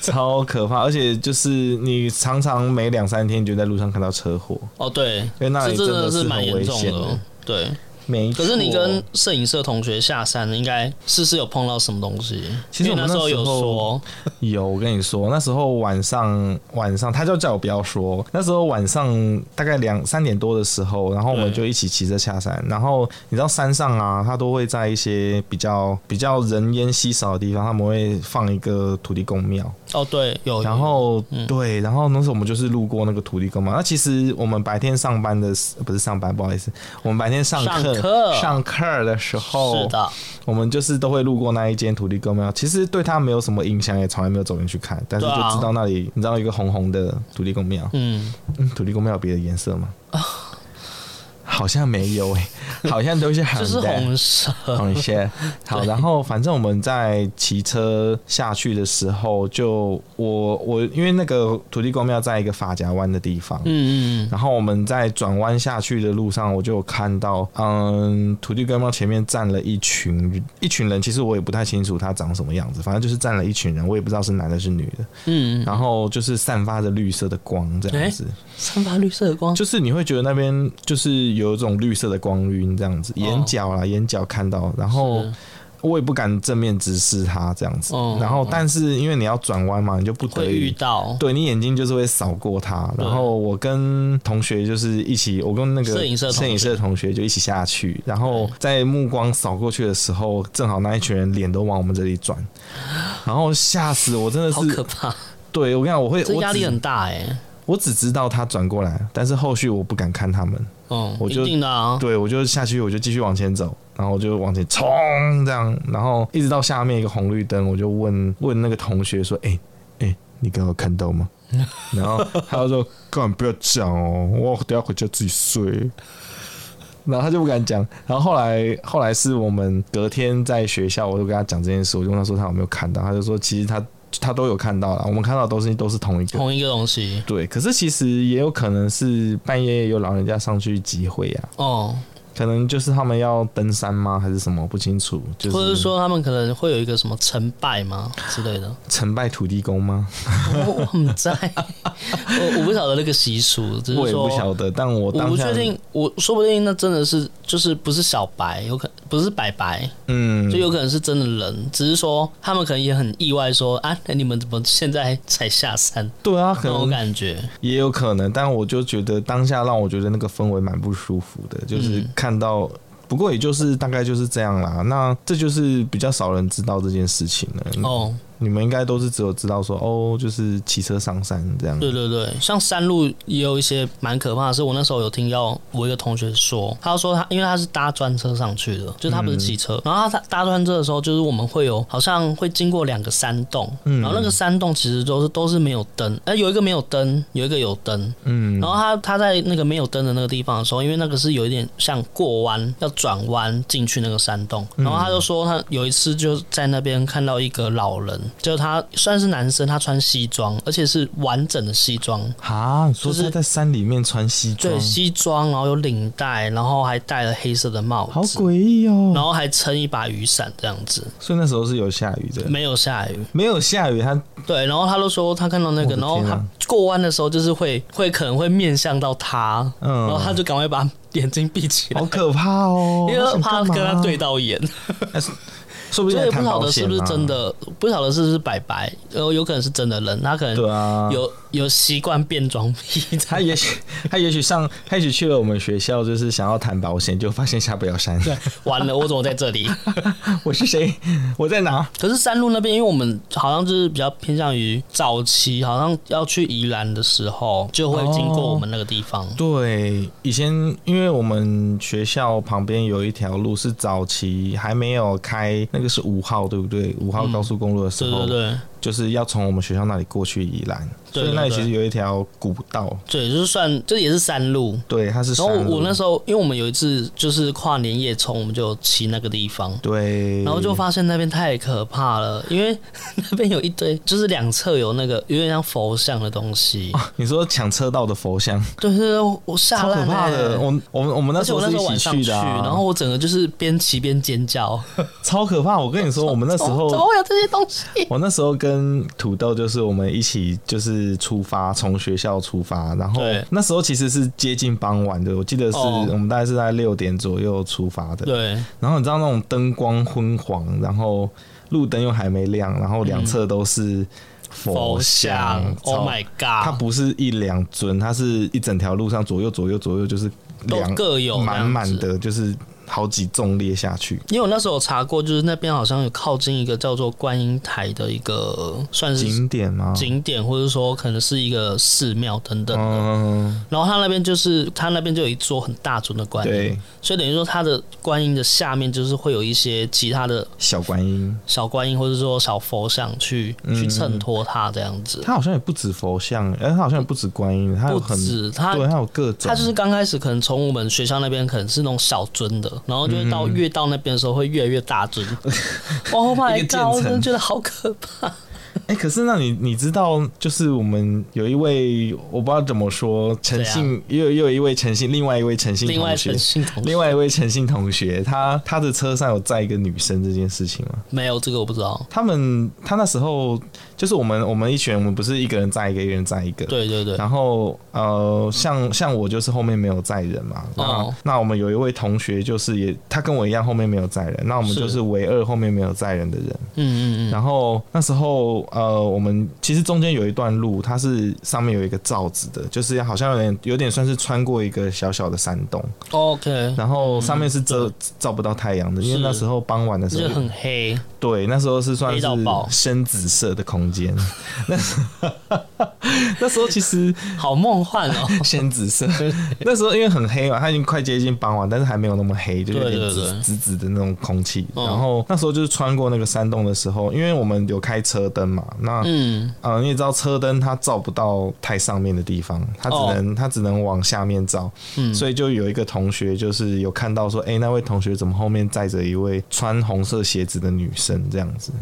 Speaker 2: 超可怕，而且就是你常常每两三天就在路上看到车祸，
Speaker 1: 哦，对，
Speaker 2: 因为那里
Speaker 1: 这真
Speaker 2: 的
Speaker 1: 的
Speaker 2: 是
Speaker 1: 是蛮
Speaker 2: 很危
Speaker 1: 严重
Speaker 2: 险
Speaker 1: 的，对，
Speaker 2: 没错。
Speaker 1: 可是你跟摄影社同学下山，应该是不是有碰到什么东西？
Speaker 2: 其实
Speaker 1: 因为
Speaker 2: 我们
Speaker 1: 那时候
Speaker 2: 那时
Speaker 1: 有
Speaker 2: 候
Speaker 1: 说，
Speaker 2: 有，我跟你说，那时候晚上晚上，他就叫我不要说。那时候晚上大概两三点多的时候，然后我们就一起骑车下山。然后你知道山上啊，它都会在一些比较比较人烟稀少的地方，他们会放一个土地公庙。
Speaker 1: 哦，嗯对，有。
Speaker 2: 然后、对，然后那时候我们就是路过那个土地公庙。那其实我们白天上班的时不是上班，不好意思，我们白天上
Speaker 1: 上
Speaker 2: 课
Speaker 1: 课
Speaker 2: 上课的时候，
Speaker 1: 是的，
Speaker 2: 我们就是都会路过那一间土地公庙，其实对它没有什么影响，也从来没有走进去看，但是就
Speaker 1: 对啊
Speaker 2: 知道那里，你知道一个红红的土地公庙，
Speaker 1: 嗯，
Speaker 2: 嗯，土地公庙有别的颜色 吗？好像没有诶、好像都是红
Speaker 1: 就是
Speaker 2: 的，
Speaker 1: 红色，嗯
Speaker 2: 红 一些。好，然后反正我们在骑车下去的时候就我我因为那个土地公庙在一个法夹湾的地方，
Speaker 1: 嗯嗯
Speaker 2: 然后我们在转弯下去的路上，我就有看到，嗯，土地公庙前面站了一群一群人，其实我也不太清楚他长什么样子，反正就是站了一群人，我也不知道是男的是女的，
Speaker 1: 嗯嗯，
Speaker 2: 然后就是散发着绿色的光这样子，
Speaker 1: 散发绿色的光，
Speaker 2: 就是你会觉得那边就是有一种绿色的光晕这样子，眼角啦眼角看到，然后
Speaker 1: 哦是
Speaker 2: 我也不敢正面直视他这样子
Speaker 1: 哦，
Speaker 2: 然后但是因为你要转弯嘛，你就不得
Speaker 1: 会
Speaker 2: 已
Speaker 1: 遇到
Speaker 2: 对你眼睛就是会扫过它。
Speaker 1: 对
Speaker 2: 然后我跟同学就是一起，我跟那个
Speaker 1: 摄影社同学
Speaker 2: 摄影社同学就一起下去，然后在目光扫过去的时候，正好那一群人脸都往我们这里转，然后吓死我，真的
Speaker 1: 好可
Speaker 2: 是，
Speaker 1: 怕，
Speaker 2: 对我跟你讲，我会
Speaker 1: 这
Speaker 2: 我
Speaker 1: 压力
Speaker 2: 只
Speaker 1: 很大哎、
Speaker 2: 我只知道他转过来，但是后续我不敢看他们，
Speaker 1: 嗯，
Speaker 2: 我
Speaker 1: 一
Speaker 2: 就
Speaker 1: 定的啊，
Speaker 2: 对我就下去，我就继续往前走。然后我就往前冲，这样，然后一直到下面一个红绿灯，我就问问那个同学说：“哎、哎、你刚刚有看到吗？” 然后他就说：“干，不要讲哦，我等一下回家自己睡。”然后他就不敢讲。然后后来后来是我们隔天在学校，我就跟他讲这件事，我就问他说他有没有看到，他就说其实他他都有看到了，我们看到的东西都是同一个。
Speaker 1: 同一个东西，
Speaker 2: 对，可是其实也有可能是半夜有老人家上去集会啊，
Speaker 1: 哦、
Speaker 2: 可能就是他们要登山吗，还是什么不清楚，就是
Speaker 1: 或者是说他们可能会有一个什么成败吗之类的，
Speaker 2: 成败土地公吗？
Speaker 1: 我 我们在，我我不晓得那个习俗，只
Speaker 2: 我
Speaker 1: 是
Speaker 2: 也
Speaker 1: 说
Speaker 2: 不晓得，但我
Speaker 1: 我
Speaker 2: 当
Speaker 1: 不
Speaker 2: 下
Speaker 1: 确定，我说不定那真的是就是不是小白，有可不是白白，
Speaker 2: 嗯
Speaker 1: 就，有可能是真的人，只是说他们可能也很意外说啊，那你们怎么现在才下山？
Speaker 2: 对啊，可
Speaker 1: 那种
Speaker 2: 能
Speaker 1: 感觉，
Speaker 2: 也有可能，但我就觉得当下让我觉得那个氛围蛮不舒服的，就是
Speaker 1: 嗯
Speaker 2: 看到。不过也就是大概就是这样啦，那这就是比较少人知道这件事情了。
Speaker 1: 哦，
Speaker 2: 你们应该都是只有知道说哦，就是骑车上山这样。
Speaker 1: 对对对，像山路也有一些蛮可怕的是，我那时候有听到我一个同学说，他说他因为他是搭专车上去的，就是他不是骑车，然后他搭专车的时候，就是我们会有好像会经过两个山洞，然后那个山洞其实都是都是没有灯，哎、有一个没有灯，有一个有灯，
Speaker 2: 嗯，
Speaker 1: 然后他他在那个没有灯的那个地方的时候，因为那个是有一点像过弯，要转弯进去那个山洞。
Speaker 2: 嗯
Speaker 1: 然后他就说他有一次就在那边看到一个老人，就是他算是男生，他穿西装，而且是完整的西装，
Speaker 2: 哈，你说
Speaker 1: 就是
Speaker 2: 他在山里面穿西装
Speaker 1: 对，，西装，然后有领带，然后还戴了黑色的帽
Speaker 2: 好
Speaker 1: 子，
Speaker 2: 诡异
Speaker 1: 然
Speaker 2: 哦。
Speaker 1: 后还撑一把雨伞这样子，
Speaker 2: 所以那时候是有下雨的，
Speaker 1: 没有下雨。
Speaker 2: 没有下雨，他
Speaker 1: 对，然后他就说他看到那
Speaker 2: 我
Speaker 1: 个，
Speaker 2: 的
Speaker 1: 然后
Speaker 2: 天
Speaker 1: 他
Speaker 2: 啊
Speaker 1: 过弯的时候就是会会可能会面向到他，然后
Speaker 2: 嗯，
Speaker 1: 他就赶快把眼睛闭起来
Speaker 2: 好。可怕哦，
Speaker 1: 因为怕
Speaker 2: 他想
Speaker 1: 跟
Speaker 2: 干嘛
Speaker 1: 他对，到眼，所啊以
Speaker 2: 说不定在
Speaker 1: 不
Speaker 2: 谈
Speaker 1: 晓
Speaker 2: 保
Speaker 1: 得
Speaker 2: 险
Speaker 1: 是
Speaker 2: 啊
Speaker 1: 不是真，的，不晓得是不是白白，呃有有可能是真的人，他可能
Speaker 2: 对啊，
Speaker 1: 有有习惯变装癖在。
Speaker 2: 他也 许他也许上他也许去了我们学校，就是想要谈保险，就发现下不了山。对，
Speaker 1: 完了，我怎么在这里？
Speaker 2: 我是谁？我在哪？
Speaker 1: 可是山路那边，因为我们好像就是比较偏向于早期，好像要去宜兰的时候，就会经过我们那个地方。哦
Speaker 2: 对，以前因为我们学校旁边有一条路是早期还没有开，那个是五号，对不对？五号高速公路的时
Speaker 1: 对
Speaker 2: 候，
Speaker 1: 对对，
Speaker 2: 就是要从我们学校那里过去宜兰，
Speaker 1: 对
Speaker 2: 所以那里
Speaker 1: 对对
Speaker 2: 其实有一条古道，
Speaker 1: 对，就是算这也是山路。
Speaker 2: 对，它是
Speaker 1: 然
Speaker 2: 山
Speaker 1: 后
Speaker 2: 路。
Speaker 1: 我那时候，因为我们有一次就是跨年夜冲，我们就骑那个地方，
Speaker 2: 对，
Speaker 1: 然后就发现那边太可怕了，因为 那边有一堆，就是两侧有那个有点像佛像的东西，
Speaker 2: 你说抢车道的佛像，
Speaker 1: 对对对，我吓
Speaker 2: 超可
Speaker 1: 烂
Speaker 2: 怕
Speaker 1: 欸
Speaker 2: 的。我我们我们那
Speaker 1: 而
Speaker 2: 时
Speaker 1: 且我
Speaker 2: 候
Speaker 1: 那
Speaker 2: 是
Speaker 1: 时候
Speaker 2: 一
Speaker 1: 晚上
Speaker 2: 起
Speaker 1: 去，
Speaker 2: 的、啊，
Speaker 1: 然后我整个就是边骑边尖叫，
Speaker 2: 超可怕。我跟你说，我们那时候
Speaker 1: 怎么会有这些东西？
Speaker 2: 我那时候跟跟土豆就是我们一起就是出发，从学校出发，然后
Speaker 1: 对
Speaker 2: 那时候其实是接近傍晚的，我记得是
Speaker 1: 哦
Speaker 2: 我们大概是在六点左右出发的。
Speaker 1: 对，
Speaker 2: 然后你知道那种灯光昏黄，然后路灯又还没亮，然后两侧都是佛
Speaker 1: 嗯佛像
Speaker 2: 超
Speaker 1: ，Oh my
Speaker 2: 它
Speaker 1: God，
Speaker 2: 不是一两尊，它是一整条路上左右左右左右就是
Speaker 1: 都
Speaker 2: 两
Speaker 1: 各有那样
Speaker 2: 满
Speaker 1: 子
Speaker 2: 满的，就是好几纵列下去。
Speaker 1: 因为我那时候有查过，就是那边好像有靠近一个叫做观音台的一个算是
Speaker 2: 景点吗？
Speaker 1: 景点，或者说可能是一个寺庙等等。
Speaker 2: 嗯，
Speaker 1: 然后它那边就是它那边就有一座很大尊的观音，
Speaker 2: 对，
Speaker 1: 所以等于说它的观音的下面就是会有一些其他的
Speaker 2: 小观音，
Speaker 1: 小观音或者说小佛像去
Speaker 2: 嗯
Speaker 1: 去衬托它这样子。
Speaker 2: 它好像也不止佛像，哎、它好像也不止观音，它有
Speaker 1: 不
Speaker 2: 很
Speaker 1: 止它
Speaker 2: 对，它有各种，
Speaker 1: 它就是刚开始可能从我们学校那边可能是那种小尊的，然后就会
Speaker 2: 嗯
Speaker 1: 到越到那边的时候会越来越大尊。oh
Speaker 2: 一
Speaker 1: my
Speaker 2: 个渐
Speaker 1: god！我
Speaker 2: 层
Speaker 1: 真的觉得好可怕。
Speaker 2: 哎、可是那你你知道，就是我们有一位我不知道怎么说，诚信又有又有一位诚信，另外一位诚信
Speaker 1: 啊另外
Speaker 2: 同
Speaker 1: 陈
Speaker 2: 学，
Speaker 1: 信同学
Speaker 2: 另外一位诚信同学，他他的车上有载一个女生这件事情吗？
Speaker 1: 没有这个我不知道。
Speaker 2: 他们他那时候就是我们我们一群人，我们不是一个人载一个，一个人载一个，
Speaker 1: 对对对，
Speaker 2: 然后呃，像像我就是后面没有载人嘛，那、
Speaker 1: 哦
Speaker 2: 那我们有一位同学就是也他跟我一样后面没有载人，那我们
Speaker 1: 是
Speaker 2: 就是唯二后面没有载人的人。
Speaker 1: 嗯嗯嗯，
Speaker 2: 然后那时候呃，我们其实中间有一段路，它是上面有一个罩子的，就是好像有点有点算是穿过一个小小的山洞，
Speaker 1: 嗯 OK，
Speaker 2: 然后上面是遮、照不到太阳的，因为
Speaker 1: 嗯是
Speaker 2: 那时候傍晚的时
Speaker 1: 这
Speaker 2: 候
Speaker 1: 个很黑，
Speaker 2: 对，那时候是算
Speaker 1: 黑
Speaker 2: 是
Speaker 1: 到爆
Speaker 2: 深紫色的空间。 那时候 那时候其实
Speaker 1: 好梦幻 哦。
Speaker 2: 深紫色， 那时候因为很黑嘛，它已经快接近傍晚，但是还没有那么黑，就有
Speaker 1: 对
Speaker 2: 点
Speaker 1: 对
Speaker 2: 紫
Speaker 1: 对
Speaker 2: 紫紫的那种空气。
Speaker 1: 嗯
Speaker 2: 然后那时候就是穿过那个山洞的时候，因为我们有开车灯嘛，那
Speaker 1: 嗯，
Speaker 2: 呃，你也知道车灯它照不到太上面的地方，它只
Speaker 1: 哦
Speaker 2: 能、它只能往下面照，
Speaker 1: 嗯
Speaker 2: 所以就有一个同学就是有看到说，哎、那位同学怎么后面载着一位穿红色鞋子的女生这样子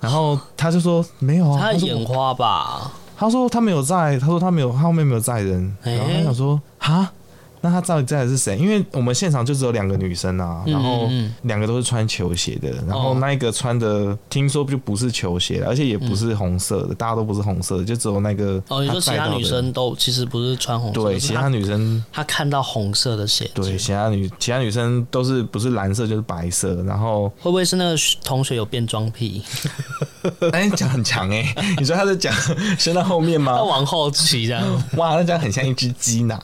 Speaker 2: 然后他就说没有
Speaker 1: 啊
Speaker 2: 啊，
Speaker 1: 他
Speaker 2: 他
Speaker 1: 的
Speaker 2: 说
Speaker 1: 眼花吧？
Speaker 2: 他说他没有载，他说他没有，他后面没有载人。
Speaker 1: 哎
Speaker 2: 然后他想说，哈，那他到底载的是谁？因为我们现场就只有两个女生啊，
Speaker 1: 嗯
Speaker 2: 然后
Speaker 1: 嗯嗯
Speaker 2: 两个都是穿球鞋的，然后
Speaker 1: 哦嗯
Speaker 2: 那一个穿的听说就不是球鞋了，而且也不是红色的，大家都不是红色的，就只有那个
Speaker 1: 哦，你说其
Speaker 2: 载
Speaker 1: 他
Speaker 2: 到的
Speaker 1: 女生都其实不是穿红色，
Speaker 2: 对，
Speaker 1: 可是
Speaker 2: 其
Speaker 1: 她
Speaker 2: 他女生
Speaker 1: 她看到红色的鞋子，
Speaker 2: 对其他女其他女生都是不是蓝色就是白色，然后
Speaker 1: 会不会是那个同学有变装癖？
Speaker 2: 哎讲很长哎、你说他在讲 伸到后面吗
Speaker 1: 他？往后骑这样，
Speaker 2: 哇，那这样很像一只鸡呢。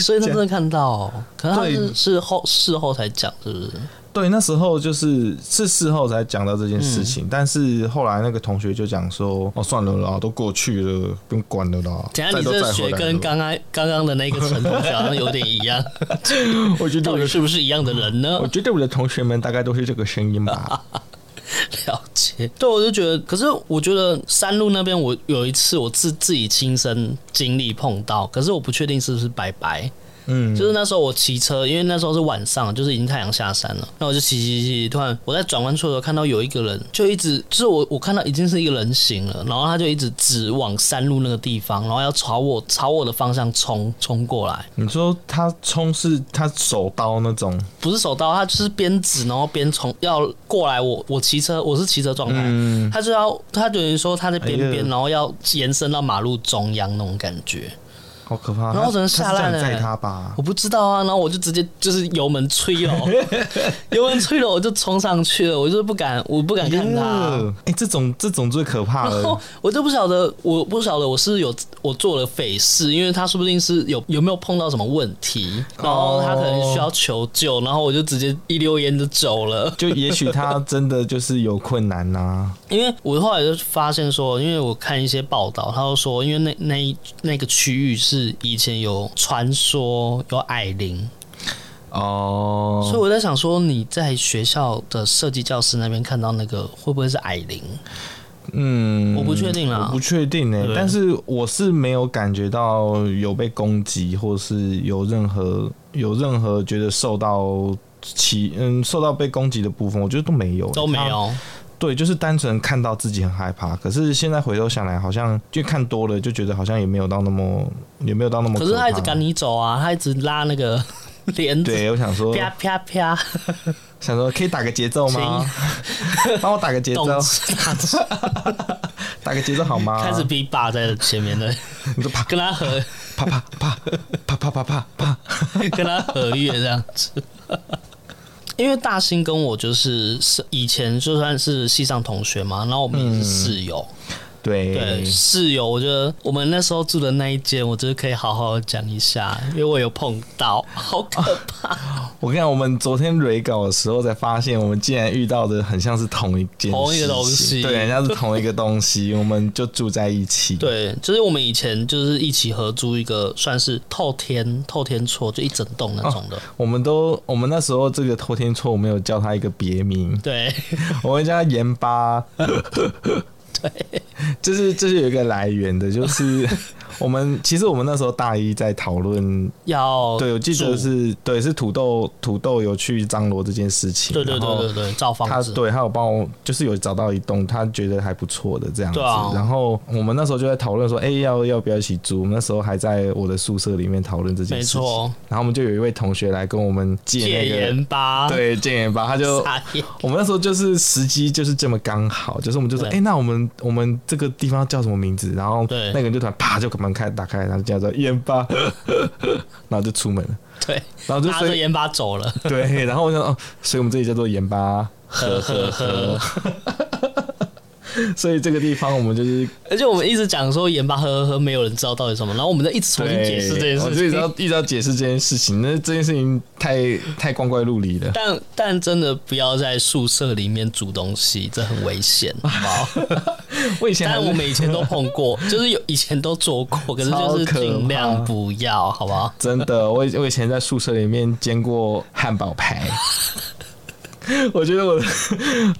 Speaker 1: 所以他真的看到哦，可是他
Speaker 2: 对
Speaker 1: 是是后事后才讲，是不是？
Speaker 2: 对，那时候就是是事后才讲到这件
Speaker 1: 嗯
Speaker 2: 事情，但是后来那个同学就讲说：“哦，算了啦，都过去了，不用管了啦。”
Speaker 1: 等一下
Speaker 2: 再
Speaker 1: 你
Speaker 2: 都
Speaker 1: 这
Speaker 2: 再回
Speaker 1: 学
Speaker 2: 来
Speaker 1: 跟
Speaker 2: 了
Speaker 1: 刚刚刚刚的那个陈同学好像有点一样，
Speaker 2: 我觉得
Speaker 1: 到
Speaker 2: 我
Speaker 1: 底
Speaker 2: 的
Speaker 1: 是不是一样的人呢？
Speaker 2: 我觉得我的同学们大概都是这个声音 吧。
Speaker 1: 了解，对，我就觉得，可是我觉得山路那边，我有一次我自自己亲身经历碰到，可是我不确定是不是白白，
Speaker 2: 嗯，
Speaker 1: 就是那时候我骑车，因为那时候是晚上，就是已经太阳下山了，那我就骑骑骑，突然我在转弯处的时候看到有一个人，就一直就是我我看到已经是一个人形了，然后他就一直指往山路那个地方，然后要朝我朝我的方向冲冲过来，
Speaker 2: 你说他冲是他手刀那种，
Speaker 1: 不是手刀，他就是边指然后边从要过来我我骑车，我是骑车状态，
Speaker 2: 嗯，
Speaker 1: 他就要他等于说他在边
Speaker 2: 哎
Speaker 1: 边，
Speaker 2: 呀
Speaker 1: 然后要延伸到马路中央那种感觉，
Speaker 2: 好可怕。
Speaker 1: 然后
Speaker 2: 他
Speaker 1: 我只能下烂
Speaker 2: 他是叫
Speaker 1: 欸
Speaker 2: 你载他吧
Speaker 1: 我。不知道啊，然后我就直接就是油门吹 了，油门吹了我就冲上去了，我就是不敢，我不敢看他。
Speaker 2: 哎、这种这种最可怕
Speaker 1: 然后
Speaker 2: 了。
Speaker 1: 我就不晓得，我不晓得我是有我做了匪事，因为他说不定是有有没有碰到什么问题，然后他可能需要求救，然后我就直接一溜烟就走了。
Speaker 2: 就也许他真的就是有困难呐、
Speaker 1: 因为我后来就发现说，因为我看一些报道，他就说，因为那那一那个区域是以前有传说有矮灵，
Speaker 2: 哦，
Speaker 1: 所以我在想说，你在学校的设计教室那边看到那个会不会是矮灵？
Speaker 2: 嗯，
Speaker 1: 我不确定啦
Speaker 2: 我不确定呢、
Speaker 1: 对
Speaker 2: 但是我是没有感觉到有被攻击，或是有任何有任何觉得受到其嗯受到被攻击的部分，我觉得都没有、
Speaker 1: 都没
Speaker 2: 他。
Speaker 1: 有，
Speaker 2: 对，就是单纯看到自己很害怕，可是现在回头想来，好像就看多了，就觉得好像也没有到那么也没有到那么
Speaker 1: 可是
Speaker 2: 怕
Speaker 1: 他一直赶你走啊，他一直拉那个帘子，
Speaker 2: 对，我想说，
Speaker 1: 啪啪啪，
Speaker 2: 想说可以打个节奏吗？帮我打个节奏，
Speaker 1: 动 次打次，
Speaker 2: 啊打个节奏好吗？
Speaker 1: 开始比爸在前面的，
Speaker 2: 你说啪
Speaker 1: 跟他合，
Speaker 2: 啪啪啪啪啪啪啪啪，
Speaker 1: 跟他合乐这样子。因为大兴跟我就是是以前就算是系上同学嘛，然后我们也是室友，对
Speaker 2: 嗯对，
Speaker 1: 室友，我觉得我们那时候住的那一间，我觉得可以好好讲一下，因为我有碰到，好可怕。
Speaker 2: 我跟你讲，我们昨天蕊稿的时候才发现，我们竟然遇到的很像是同一件
Speaker 1: 同一个
Speaker 2: 事情
Speaker 1: 东西
Speaker 2: 对，人家是同一个东西，我们就住在一起，，
Speaker 1: 对，就是我们以前就是一起合租一个算是透天透天厝，就一整栋那种的。
Speaker 2: 我们都我们那时候这个偷天错，我们有叫他一个别 名，
Speaker 1: 对，
Speaker 2: 我们叫他盐巴，对，就是这、就是有一个来源的，就是 我们其实我们那时候大一在讨论
Speaker 1: 要
Speaker 2: 对，我记得
Speaker 1: 住
Speaker 2: 是对，是土豆土豆有去张罗这件事情，
Speaker 1: 对对
Speaker 2: 然
Speaker 1: 对
Speaker 2: 后
Speaker 1: 对对，造
Speaker 2: 他
Speaker 1: 房子。
Speaker 2: 对他有帮我，就是有找到一栋他觉得还不错的这样子。
Speaker 1: 对啊
Speaker 2: 然后我们那时候就在讨论说，哎、要要不要一起租？我们那时候还在我的宿舍里面讨论这件
Speaker 1: 没
Speaker 2: 事情。
Speaker 1: 错，
Speaker 2: 然后我们就有一位同学来跟我们借
Speaker 1: 戒
Speaker 2: 那个。
Speaker 1: 烟吧。
Speaker 2: 对，戒烟吧，他 就
Speaker 1: 傻眼，
Speaker 2: 我们那时候就是时机就是这么刚好，就是我们就说，哎、
Speaker 1: 对
Speaker 2: 那我们我们这个地方叫什么名字？然后
Speaker 1: 对
Speaker 2: 那个人就突然啪就把门开打开，然后就叫做烟吧， 然后就出门了，
Speaker 1: 对，
Speaker 2: 然后就
Speaker 1: 拿
Speaker 2: 所以
Speaker 1: 着烟巴走了。
Speaker 2: 对，然后我想，哦，所以我们这里叫做盐巴，呵呵呵。所以这个地方我们就是
Speaker 1: 而且我们一直讲说盐巴喝喝喝，没有人知道到底什么，然后我们在一直重新
Speaker 2: 对
Speaker 1: 解释这件
Speaker 2: 我
Speaker 1: 事
Speaker 2: 就一直要
Speaker 1: 情。
Speaker 2: 一直要解释这件事情。那这件事情太太光怪陆离 了。
Speaker 1: 但但真的不要在宿舍里面煮东西，这很危 险，好不好？
Speaker 2: 我以前还
Speaker 1: 但
Speaker 2: 是
Speaker 1: 我们以前都碰 过，就是有以前都做过，可是
Speaker 2: 超
Speaker 1: 就是
Speaker 2: 可
Speaker 1: 尽
Speaker 2: 怕
Speaker 1: 量不要，好不好？
Speaker 2: 真的，我以我以前在宿舍里面煎过汉堡 排。我觉得我的，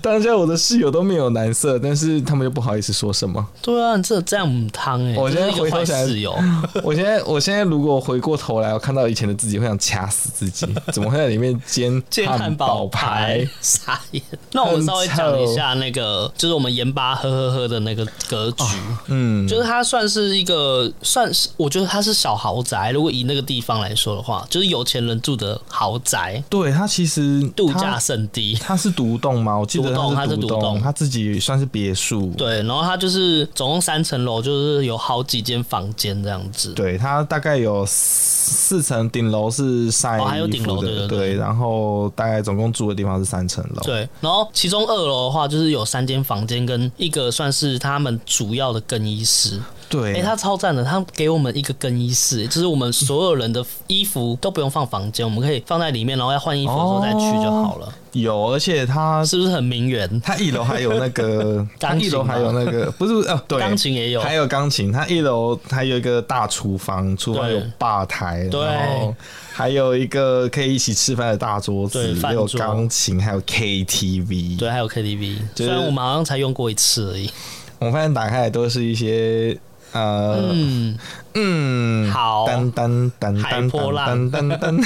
Speaker 2: 当下我的室友都面有难色，但是他们又不好意思说什么。
Speaker 1: 对啊，这这样母汤哎，
Speaker 2: 我
Speaker 1: 这
Speaker 2: 现在
Speaker 1: 是一
Speaker 2: 回
Speaker 1: 个
Speaker 2: 头
Speaker 1: 坏
Speaker 2: 想
Speaker 1: 室友，
Speaker 2: 我现在，我现在如果回过头来，我看到以前的自己，会想掐死自己。怎么会在里面煎
Speaker 1: 煎
Speaker 2: 汉
Speaker 1: 汉
Speaker 2: 堡
Speaker 1: 堡
Speaker 2: 排
Speaker 1: 排？，傻眼。那我稍微讲一下那个，就是我们盐巴呵呵呵的那个格局，
Speaker 2: 嗯，
Speaker 1: 就是它算是一个，算是我觉得它是小豪宅。如果以那个地方来说的话，就是有钱人住的豪宅，
Speaker 2: 对他其实
Speaker 1: 度
Speaker 2: 它
Speaker 1: 假胜地。
Speaker 2: 他是独栋吗？我记得
Speaker 1: 独栋
Speaker 2: 它是
Speaker 1: 它是独
Speaker 2: 栋，
Speaker 1: 栋
Speaker 2: 他自己算是别墅。
Speaker 1: 对，然后它就是总共三层楼，就是有好几间房间这样子。
Speaker 2: 对，它大概有四四层，顶楼是晒衣服
Speaker 1: 哦
Speaker 2: 的，
Speaker 1: 还有顶楼对对对
Speaker 2: 然后大概总共住的地方是三层楼。
Speaker 1: 对，然后其中二楼的话，就是有三间房间跟一个算是他们主要的更衣室。
Speaker 2: 对，啊
Speaker 1: 哎、他超赞的，他给我们一个更衣室，就是我们所有人的衣服都不用放房间，我们可以放在里面，然后要换衣服的时候再去就好了，
Speaker 2: 有，而且它
Speaker 1: 是不是很名媛？
Speaker 2: 它一楼还有那个，它
Speaker 1: 钢
Speaker 2: 一
Speaker 1: 琴
Speaker 2: 楼还有
Speaker 1: 吗
Speaker 2: 那个，不是哦，对，
Speaker 1: 钢琴也有，
Speaker 2: 还有钢琴，它一楼还有一个大厨房，厨房
Speaker 1: 对
Speaker 2: 有吧台，
Speaker 1: 对
Speaker 2: 然后还有一个可以一起吃饭的大桌子，
Speaker 1: 对饭
Speaker 2: 也有
Speaker 1: 桌
Speaker 2: 钢琴，还有 KTV。
Speaker 1: 对，还有 KTV，、虽
Speaker 2: 就是
Speaker 1: 然我们好像才用过一次而已。
Speaker 2: 我发现打开来都是一些呃
Speaker 1: 嗯，
Speaker 2: 嗯，
Speaker 1: 好
Speaker 2: 单单单
Speaker 1: 哦海
Speaker 2: 单
Speaker 1: 波
Speaker 2: 单
Speaker 1: 浪
Speaker 2: 单单，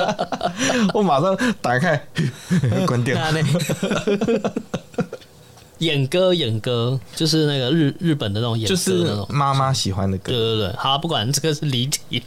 Speaker 2: 我马上打开 关掉。
Speaker 1: 那那。演歌，演歌，就是那个日日本的那种演
Speaker 2: 就
Speaker 1: 歌
Speaker 2: 是
Speaker 1: 那种，
Speaker 2: 妈妈喜欢的
Speaker 1: 对
Speaker 2: 歌，
Speaker 1: 对对，好，啊不管这个是离题。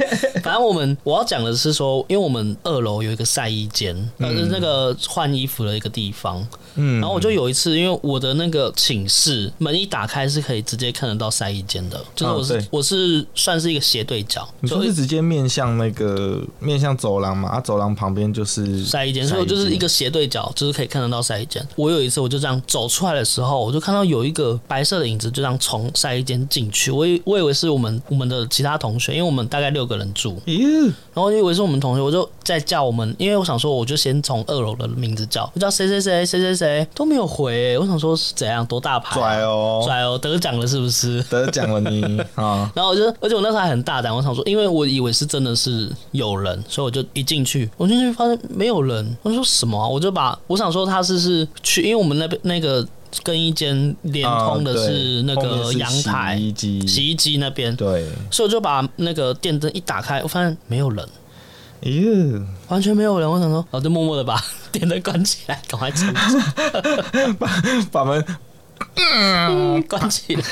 Speaker 1: 反正我们我要讲的是说，因为我们二楼有一个晒衣间，呃，就是那个换衣服的一个地方。
Speaker 2: 嗯
Speaker 1: 然后我就有一次，因为我的那个寝室门一打开是可以直接看得到晒衣间的，就是我是、
Speaker 2: 对
Speaker 1: 我是算是一个斜对角，
Speaker 2: 你说
Speaker 1: 就是
Speaker 2: 直接面向那个面向走廊嘛？啊，走廊旁边就是
Speaker 1: 晒衣间，所以我就是一个斜对角，就是可以看得到晒衣间。我有一次我就这样走出来的时候，我就看到有一个白色的影子就这样从晒衣间进去，我以我以为是我们我们的其他同学，因为我们大概六个人住，
Speaker 2: 咦，
Speaker 1: 然后因为是我们同学，我就在叫我们，因为我想说，我就先从二楼的名字叫，我叫谁谁谁谁谁谁都没有回、我想说是怎样多大牌、
Speaker 2: 拽
Speaker 1: 啊，
Speaker 2: 哦，
Speaker 1: 拽哦，得奖了是不是？
Speaker 2: 得奖了 你啊！
Speaker 1: 然后我就，而且我那时候还很大胆，我想说，因为我以为是真的是有人，所以我就一进去，我进去发现没有人，我就说什么啊、我就把我想说他是是去，因为我们那边那个更衣间连通的
Speaker 2: 啊
Speaker 1: 是
Speaker 2: 对
Speaker 1: 那
Speaker 2: 后面
Speaker 1: 个
Speaker 2: 是
Speaker 1: 阳台
Speaker 2: 洗衣机，
Speaker 1: 洗衣机那边，
Speaker 2: 对，
Speaker 1: 所以我就把那个电灯一打开，我发现没有人。
Speaker 2: 咦，
Speaker 1: 完全没有人，我想说，我 就默默的把电灯关起来，赶快冲出去。
Speaker 2: 把门
Speaker 1: 嗯，关起来，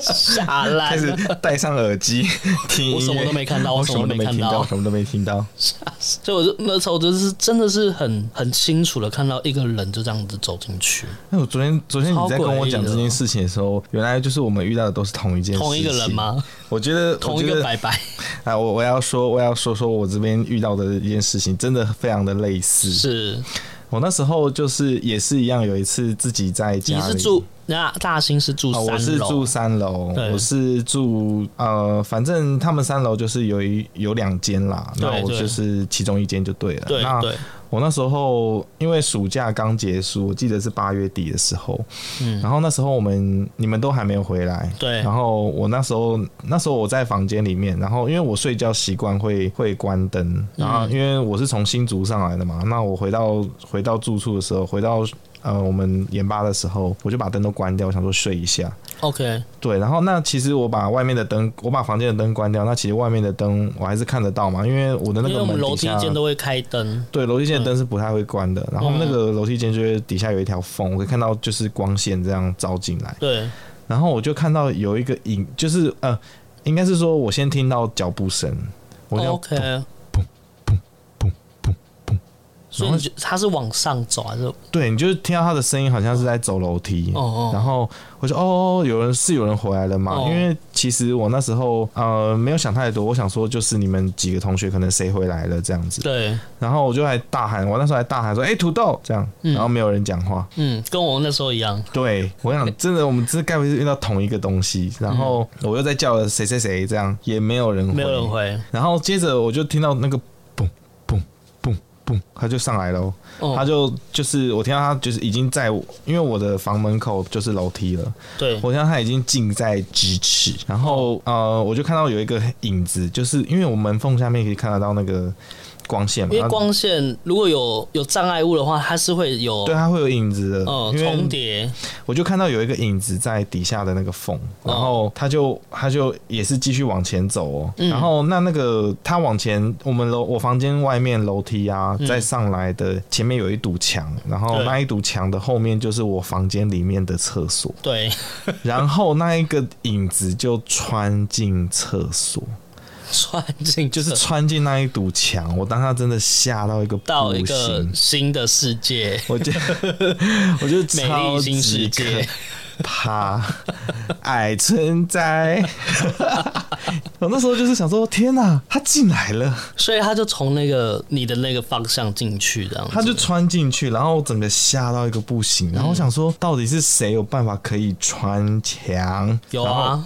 Speaker 1: 下
Speaker 2: 开
Speaker 1: 烂
Speaker 2: 始
Speaker 1: 了。
Speaker 2: 戴上耳机听音 乐，
Speaker 1: 我什么都没看到
Speaker 2: 我
Speaker 1: 我
Speaker 2: 什
Speaker 1: 什
Speaker 2: 么
Speaker 1: 么都
Speaker 2: 都没
Speaker 1: 没
Speaker 2: 听
Speaker 1: 看到
Speaker 2: 到，什么都没听到。
Speaker 1: 所以我就那时候就是真的是很很清楚的看到一个人就这样子走进去，
Speaker 2: 那我昨天昨天你在跟我讲
Speaker 1: 超诡异的
Speaker 2: 这件事情的时候，原来就是我们遇到的都是同一件事情，
Speaker 1: 同一个人？吗？
Speaker 2: 我觉得
Speaker 1: 同一个白白
Speaker 2: 啊，我我要说我要说说我这边遇到的一件事情，真的非常的类似。
Speaker 1: 是，
Speaker 2: 我那时候就是也是一样，有一次自己在家
Speaker 1: 你
Speaker 2: 里，
Speaker 1: 是住那大兴是住
Speaker 2: 啊，
Speaker 1: 三楼，
Speaker 2: 我是住三楼，
Speaker 1: 对
Speaker 2: 我是住呃，反正他们三楼就是有一有两间啦，
Speaker 1: 对
Speaker 2: 那我
Speaker 1: 对
Speaker 2: 就是其中一间就对了。
Speaker 1: 对
Speaker 2: 那
Speaker 1: 对，
Speaker 2: 我那时候因为暑假刚结束，我记得是八月底的时候，
Speaker 1: 嗯，
Speaker 2: 然后那时候我们你们都还没有回来，
Speaker 1: 对
Speaker 2: 然后我那时候那时候我在房间里面，然后因为我睡觉习惯会会关
Speaker 1: 嗯
Speaker 2: 灯，然后因为我是从新竹上来的嘛，那我回到回到住处的时候，回到呃我们研吧的时候，我就把灯都关掉，我想说睡一下。
Speaker 1: OK，
Speaker 2: 对，然后那其实我把外面的灯，我把房间的灯关掉，那其实外面的灯我还是看得到嘛，因为我的
Speaker 1: 因
Speaker 2: 那
Speaker 1: 为
Speaker 2: 个
Speaker 1: 我
Speaker 2: 门
Speaker 1: 们楼
Speaker 2: 底
Speaker 1: 梯
Speaker 2: 下
Speaker 1: 间都会开灯，
Speaker 2: 对，楼
Speaker 1: 嗯
Speaker 2: 梯间的灯是不太会关的，然后那个楼梯间就是底下有一条缝，我可以看到就是光线这样照进来，
Speaker 1: 对，
Speaker 2: 然后我就看到有一个影，就是呃，应该是说我先听到脚步声，我就
Speaker 1: OK，所以
Speaker 2: 然后
Speaker 1: 你就它是往上走还是？哦
Speaker 2: 对，你就是听到他的声音好像是在走楼梯，然
Speaker 1: 哦，
Speaker 2: 后我就哦，有人是有人回来了嘛？
Speaker 1: 哦
Speaker 2: 因为其实我那时候呃没有想太多，我想说就是你们几个同学可能谁回来了这样子，
Speaker 1: 对，
Speaker 2: 然后我就还大喊，我那时候还大喊说：“哎、土豆！”这样，
Speaker 1: 嗯
Speaker 2: 然后没有人讲话。
Speaker 1: 嗯，跟我那时候一样，
Speaker 2: 对，我想真的，我们这该不会是遇到同一个东西？然后我又在叫了谁谁谁，这样也没有人回，
Speaker 1: 没有人。回，
Speaker 2: 然后接着我就听到那个嘣嘣嘣嘣，他就上来了哦，他
Speaker 1: 哦，
Speaker 2: 就就是我听到他就是已经在我，因为我的房门口就是楼梯了，
Speaker 1: 对，
Speaker 2: 我想他已经近在咫尺，然后呃，我就看到有一个影子，就是因为我门缝下面可以看得到那个光线嘛，
Speaker 1: 因为
Speaker 2: 然后
Speaker 1: 光线如果有有障碍物的话，它是会有
Speaker 2: 对它会有影子的，
Speaker 1: 嗯
Speaker 2: 因为
Speaker 1: 重叠，
Speaker 2: 我就看到有一个影子在底下的那个缝，
Speaker 1: 哦
Speaker 2: 然后他就他就也是继续往前走哦，
Speaker 1: 嗯
Speaker 2: 然后那那个他往前，我们楼我房间外面楼梯啊，
Speaker 1: 嗯
Speaker 2: 再上来的前面有一堵墙，然后
Speaker 1: 对
Speaker 2: 那一堵墙的后面就是我房间里面的厕所，
Speaker 1: 对，
Speaker 2: 然后那一个影子就穿进厕所，
Speaker 1: 穿进
Speaker 2: 就是
Speaker 1: 这
Speaker 2: 穿进那一堵墙，我当下真的吓到一个
Speaker 1: 到一
Speaker 2: 不
Speaker 1: 个
Speaker 2: 行，
Speaker 1: 新的世界，
Speaker 2: 我就 我就
Speaker 1: 美
Speaker 2: 超
Speaker 1: 丽
Speaker 2: 级
Speaker 1: 新世界
Speaker 2: 可。怕矮存在。 我那时候就是想说，天哪、他进来了，
Speaker 1: 所以他就从那个你的那个方向进去，这样子。
Speaker 2: 他就穿进去，然后我整个吓到一个不
Speaker 1: 嗯
Speaker 2: 行。然后我想说，到底是谁有办法可以穿墙？
Speaker 1: 有啊
Speaker 2: 然后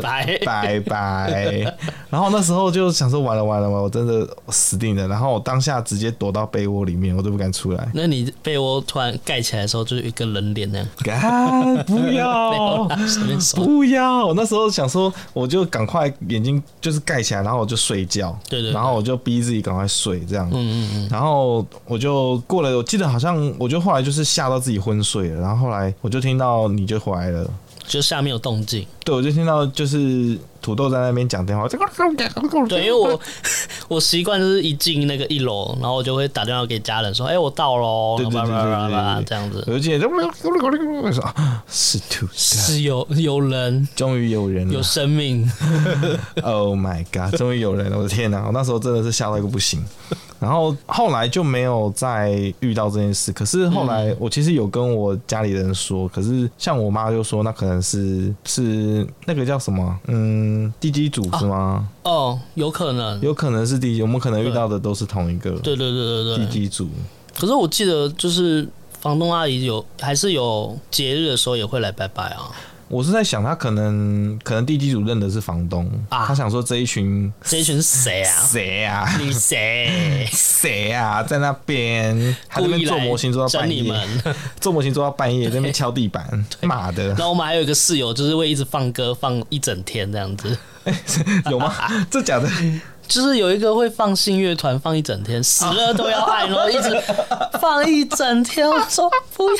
Speaker 1: 拜拜
Speaker 2: 拜拜。然后那时候就想说，完了完了完了，我真的死定了。然后我当下直接躲到被窝里面，我都不敢出 来。
Speaker 1: 那你被窝突然盖起来的时候，就是一个人脸那样，
Speaker 2: 干，不要！
Speaker 1: 随便 手。
Speaker 2: 不要！我那时候想说，我就赶快眼睛就是盖起来，然后我就睡觉。
Speaker 1: 对对对
Speaker 2: 然后我就逼自己赶快睡，这样。
Speaker 1: 嗯嗯
Speaker 2: 然后我就过了，我记得好像我就后来就是吓到自己昏睡了，然后后来我就听到你就回来了，
Speaker 1: 嗯，就下面有动静。
Speaker 2: 对我就听到就是土豆在那边讲电话，这个
Speaker 1: 对，因为我我习惯就是一进那个一楼，然后我就会打电话给家人说：“哎、我到喽。”
Speaker 2: 对对对对对
Speaker 1: 叭叭叭叭
Speaker 2: 对
Speaker 1: 这样子
Speaker 2: 我就记得，我说啊嗯是土豆，
Speaker 1: 是有有人
Speaker 2: 终于有人了
Speaker 1: 有生 命，
Speaker 2: Oh my god！终于有人了，我的天哪、我那时候真的是吓到一个不行。然后后来就没有再遇到这件事。可是后
Speaker 1: 嗯
Speaker 2: 来我其实有跟我家里人说，可是像我妈就说，那可能是是那个叫什么，嗯，地基组是吗？
Speaker 1: 哦，有可能。
Speaker 2: 有可能是地基，我们可能遇到的都是同一个
Speaker 1: 对对对对
Speaker 2: 地
Speaker 1: 对。
Speaker 2: 基组。
Speaker 1: 可是我记得就是房东阿姨有还是有节日的时候也会来拜拜 啊。
Speaker 2: 我是在想，他可能可能地基组认的是房东，
Speaker 1: 啊
Speaker 2: 他想说这一群
Speaker 1: 这一群谁啊？
Speaker 2: 谁啊？
Speaker 1: 你 谁？
Speaker 2: 谁啊，在那边还在
Speaker 1: 故
Speaker 2: 那
Speaker 1: 意
Speaker 2: 边做
Speaker 1: 来
Speaker 2: 模型做到
Speaker 1: 整
Speaker 2: 半
Speaker 1: 你
Speaker 2: 夜，
Speaker 1: 们。
Speaker 2: 做模型做到半夜，在那边敲 地板，妈的
Speaker 1: 然，后我们还有一个室友，就是会一直放歌放一整天这样子，
Speaker 2: 有 吗？这假的？
Speaker 1: 就是有一个会放信乐团放一整天，死了都要爱，然后一 直放一整天，我说不要，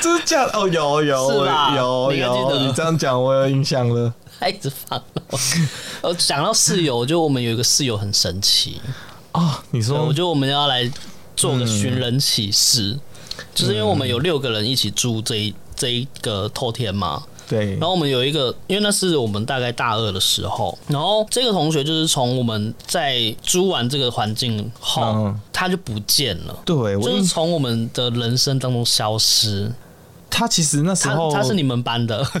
Speaker 2: 这是假的？哦，有有
Speaker 1: 是吧
Speaker 2: 有
Speaker 1: 你应该记
Speaker 2: 有，
Speaker 1: 得
Speaker 2: 你这样讲我有印象了。
Speaker 1: 他一直放。 呃，讲到室友，我觉得我们有一个室友很神奇，
Speaker 2: 哦，嗯你
Speaker 1: 对我
Speaker 2: 说
Speaker 1: 觉得我们要来做个寻人启事，就是因为我们有六个人一起住这一。这一个透天
Speaker 2: 嗯
Speaker 1: 嘛，
Speaker 2: 对
Speaker 1: 然，后我们有一个，因为那是我们大概大二的时候，然后这个同学就是从我们在租完这个环境后，
Speaker 2: 嗯
Speaker 1: 他就不见了，
Speaker 2: 对我
Speaker 1: 就
Speaker 2: 印
Speaker 1: 是从我们的人生当中消失。
Speaker 2: 他其实那时
Speaker 1: 他
Speaker 2: 候
Speaker 1: 他是你们班的，先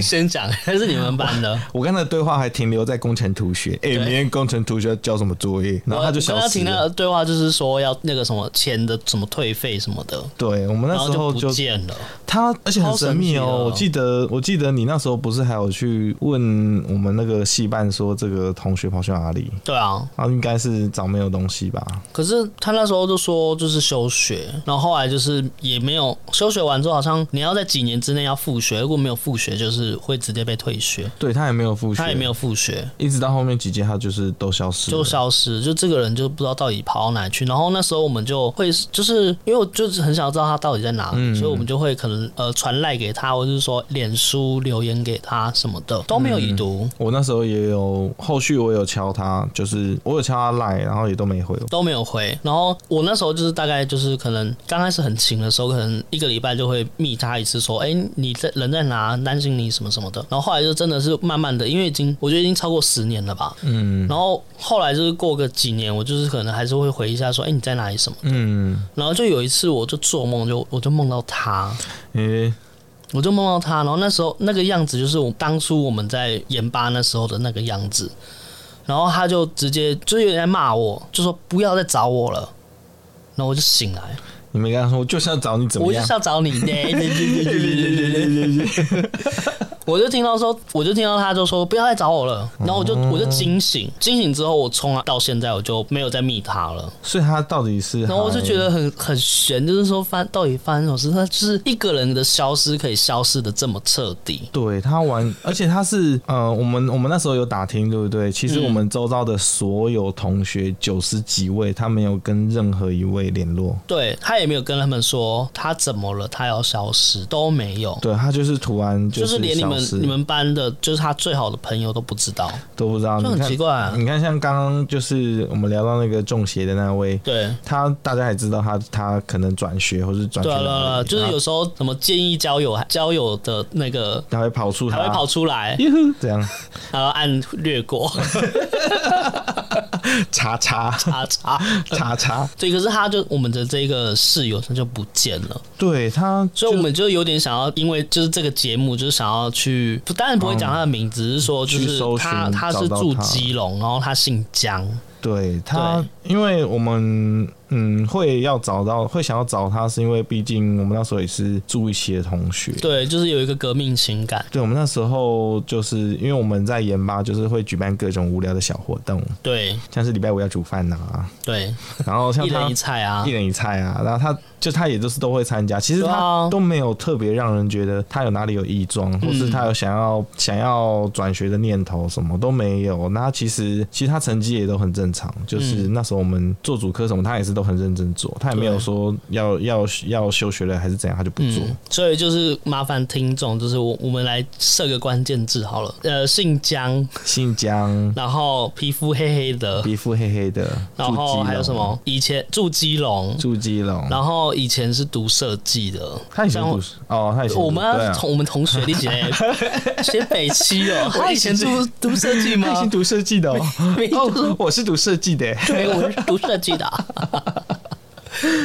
Speaker 1: 先讲，他是你们班的。
Speaker 2: 我跟他的对话还停留在工程图学，哎、明天工程图学要交什么作业，然后他就
Speaker 1: 我
Speaker 2: 消
Speaker 1: 跟他
Speaker 2: 失
Speaker 1: 听那
Speaker 2: 了。
Speaker 1: 个对话，就是说要那个什么钱的什么退费什么的，
Speaker 2: 对我们那
Speaker 1: 然后
Speaker 2: 时候
Speaker 1: 不
Speaker 2: 就
Speaker 1: 见了。
Speaker 2: 他，而且很神秘
Speaker 1: 超神奇的
Speaker 2: 哦。我记得，我记得你那时候不是还有去问我们那个戏办说这个同学跑去哪里？
Speaker 1: 对啊，
Speaker 2: 啊，应该是找没有东西吧？
Speaker 1: 可是他那时候就说就是休学，然后后来就是也没有休学完之后，好像你要在几年之内要复学，如果没有复学，就是会直接被退学。
Speaker 2: 对他也没有复学，
Speaker 1: 他也没有复学，
Speaker 2: 一直到后面几届他就是都消失了，
Speaker 1: 就消失，就这个人就不知道到底跑到哪里去。然后那时候我们就会，就是因为我就是很想知道他到底在哪里，
Speaker 2: 嗯
Speaker 1: 所以我们就会可能呃传赖给他，或者是说脸书留言给他什么的，都没有已读。
Speaker 2: 我那时候也有后续，我有敲他，就是我有敲他赖，然后也都没回我。
Speaker 1: 都没有回。然后我那时候就是大概就是可能刚开始很勤的时候，可能一个礼拜就会密他一次，说，哎、你在人在哪？担心你什么什么的。然后后来就真的是慢慢的，因为已经我觉得已经超过十年了吧。
Speaker 2: 嗯
Speaker 1: 然后后来就是过个几年，我就是可能还是会回一下说，哎、你在哪里什么？
Speaker 2: 嗯，
Speaker 1: 然后就有一次我就做梦，就我就梦到他，
Speaker 2: 诶、
Speaker 1: 我就梦到他，然后那时候那个样子就是我当初我们在研巴那时候的那个样子，然后他就直接就有点在骂我，就说不要再找我了。然后我就醒来，
Speaker 2: 你没跟他说，我就是要找你怎么
Speaker 1: 我就
Speaker 2: 样
Speaker 1: 是？要找你。我就听到说，我就听到他就说不要再找我了，然后我就
Speaker 2: 嗯
Speaker 1: 我就惊醒，惊醒之后我从来到现在我就没有再密他了。
Speaker 2: 所以他到底是？
Speaker 1: 然后我就觉，得很很悬，就是说发到底发生什么事？他就是一个人的消失可以消失的这么彻底，
Speaker 2: 对他玩，而且他是呃，我们我们那时候有打听，对不对？其实
Speaker 1: 嗯
Speaker 2: 我们周遭的所有同学九十几位，他没有跟任何一位联络。
Speaker 1: 对他也没有跟他们说他怎么了，他要消失都没有，
Speaker 2: 对他就是突然
Speaker 1: 就是是连你
Speaker 2: 消
Speaker 1: 们
Speaker 2: 失
Speaker 1: 你们班的，就是他最好的朋友都不知道，
Speaker 2: 都不知道，
Speaker 1: 就很
Speaker 2: 你看
Speaker 1: 奇怪啊、
Speaker 2: 你看，像刚刚就是我们聊到那个中邪的那位，
Speaker 1: 对。
Speaker 2: 他大家也知道他他可能转学或是转学
Speaker 1: 对啊
Speaker 2: 哪里，
Speaker 1: 对啊对啊，就是
Speaker 2: 然后
Speaker 1: 有时候什么建议交友，交友的那个
Speaker 2: 他会跑出他，
Speaker 1: 还会跑出来，
Speaker 2: 这样
Speaker 1: 然后按略 过
Speaker 2: 叉叉
Speaker 1: 叉叉。
Speaker 2: 叉叉，
Speaker 1: 对，可是他就我们的这个室友他就不见了，
Speaker 2: 对他
Speaker 1: 所以我们就有点想要，因为就是这个节目，就是想要去，不当然不会讲他的名字，只是说就
Speaker 2: 去
Speaker 1: 是
Speaker 2: 搜寻
Speaker 1: 他他
Speaker 2: 找
Speaker 1: 是
Speaker 2: 到
Speaker 1: 住
Speaker 2: 他
Speaker 1: 基隆，然后他姓江，
Speaker 2: 对他，因为我们嗯会要找到会想要找他，是因为毕竟我们那时候也是住一起的同学。
Speaker 1: 对，就是有一个革命情感，
Speaker 2: 对，我们那时候就是因为我们在研吧，就是会举办各种无聊的小活动，
Speaker 1: 对
Speaker 2: 像是礼拜五要煮饭呐、
Speaker 1: 对，
Speaker 2: 然后像
Speaker 1: 一
Speaker 2: 他
Speaker 1: 人一菜啊
Speaker 2: 一，人一菜啊，然后他就他也就是都会参加，其实
Speaker 1: 对啊
Speaker 2: 他都没有特别让人觉得他有哪里有异状，或
Speaker 1: 嗯
Speaker 2: 是他有想要想要转学的念头，什么都没有。那他其实其实他成绩也都很正常，
Speaker 1: 嗯
Speaker 2: 就是那时候我们做主科什么，他也是都很认真做，他也没有说要要要休学了还是怎样，他就不做。
Speaker 1: 嗯，所以就是麻烦听众，就是我我们来设个关键字好了，呃，姓江，
Speaker 2: 新疆
Speaker 1: 然后皮肤黑黑的，
Speaker 2: 皮肤黑黑的，
Speaker 1: 然
Speaker 2: 住基
Speaker 1: 后
Speaker 2: 隆
Speaker 1: 还有什？么？以前住基隆，
Speaker 2: 住基隆，
Speaker 1: 然后以前是读设计的，
Speaker 2: 他以前
Speaker 1: 像
Speaker 2: 不是哦，他以前
Speaker 1: 我们
Speaker 2: 对
Speaker 1: 要
Speaker 2: 啊
Speaker 1: 同我们同学一起来 学北七哦。他以前 读读设计
Speaker 2: 他以
Speaker 1: 吗
Speaker 2: 前？读设计的哦，
Speaker 1: 没有
Speaker 2: 哦我是读设计的，欸
Speaker 1: 对，我是读设计的 啊、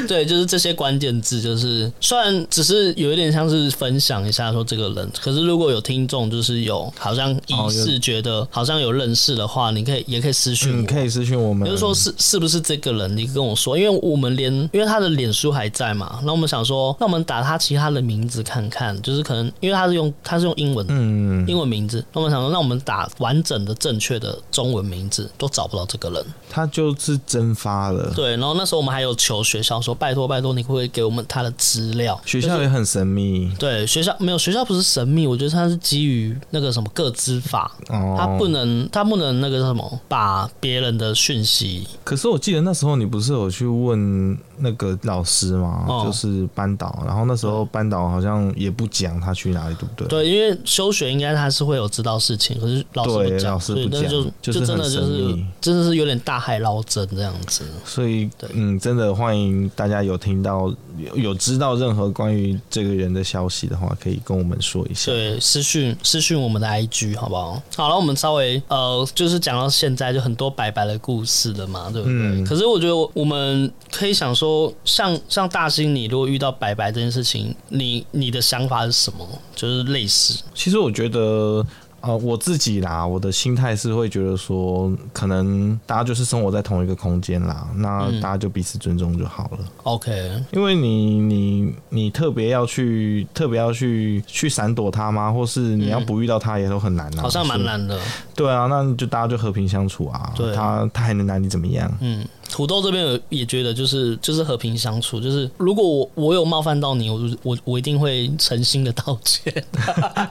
Speaker 1: 对，就是这些关键字，就是虽然只是有一点像是分享一下说这个人，可是如果有听众就是有好像疑似觉得好像有认识的话，你可以也可以私讯
Speaker 2: 嗯，
Speaker 1: 我。
Speaker 2: 可以私讯我们。
Speaker 1: 也就是说是是不是这个人？你跟我说，因为我们连因为他的脸书还在嘛，那我们想说，那我们打他其他的名字看看，就是可能因为他是用他是用英文
Speaker 2: 嗯，
Speaker 1: 英文名字，那我们想说，那我们打完整的正确的中文名字都找不到这个人。
Speaker 2: 他就是蒸发了。
Speaker 1: 对，然后那时候我们还有求学校说，拜托拜托，你可不可以给我们他的资料？
Speaker 2: 学校也很神秘
Speaker 1: 对，学校没有学校不是神秘，我觉得他是基于那个什么个资法，
Speaker 2: 哦。
Speaker 1: 他不能他不能那个什么把别人的讯息，
Speaker 2: 可是我记得那时候你不是有去问那个老师嘛，
Speaker 1: 哦
Speaker 2: 就是班导，然后那时候班导好像也不讲他去哪里，对不对？
Speaker 1: 对，因为休学应该他是会有知道事情，可是老师
Speaker 2: 对
Speaker 1: 不讲，
Speaker 2: 老师
Speaker 1: 所以
Speaker 2: 不
Speaker 1: 那
Speaker 2: 讲
Speaker 1: 就
Speaker 2: 就是
Speaker 1: 真的
Speaker 2: 很
Speaker 1: 就
Speaker 2: 神
Speaker 1: 是
Speaker 2: 秘
Speaker 1: 真的是有点大海捞针这样子。
Speaker 2: 所以
Speaker 1: 对
Speaker 2: 嗯，真的欢迎大家有听到有有知道任何关于这个人的消息的话，可以跟我们说一下。
Speaker 1: 对，私讯私讯我们的 IG 好不好？好了，我们稍微呃，就是讲到现在就很多白白的故事了嘛，对不对？
Speaker 2: 嗯
Speaker 1: 可是我觉得我我们可以想说，像像大兴，你如果遇到白白这件事情，你你的想法是什么？就是类似，
Speaker 2: 其实我觉得。呃，我自己啦，我的心态是会觉得说，可能大家就是生活在同一个空间啦，那
Speaker 1: 嗯
Speaker 2: 大家就彼此尊重就好了。
Speaker 1: OK，
Speaker 2: 因为你你你特别要去特别要去去闪躲他吗？或是你要不遇到他也都很难
Speaker 1: 嗯
Speaker 2: 啊，
Speaker 1: 好像蛮
Speaker 2: 是。
Speaker 1: 难的。
Speaker 2: 对啊，那就大家就和平相处啊。
Speaker 1: 对
Speaker 2: 他他还能拿你怎么样？
Speaker 1: 嗯，土豆这边有也觉得就是就是和平相处，就是如果我我有冒犯到你，我就我我一定会诚心的道歉，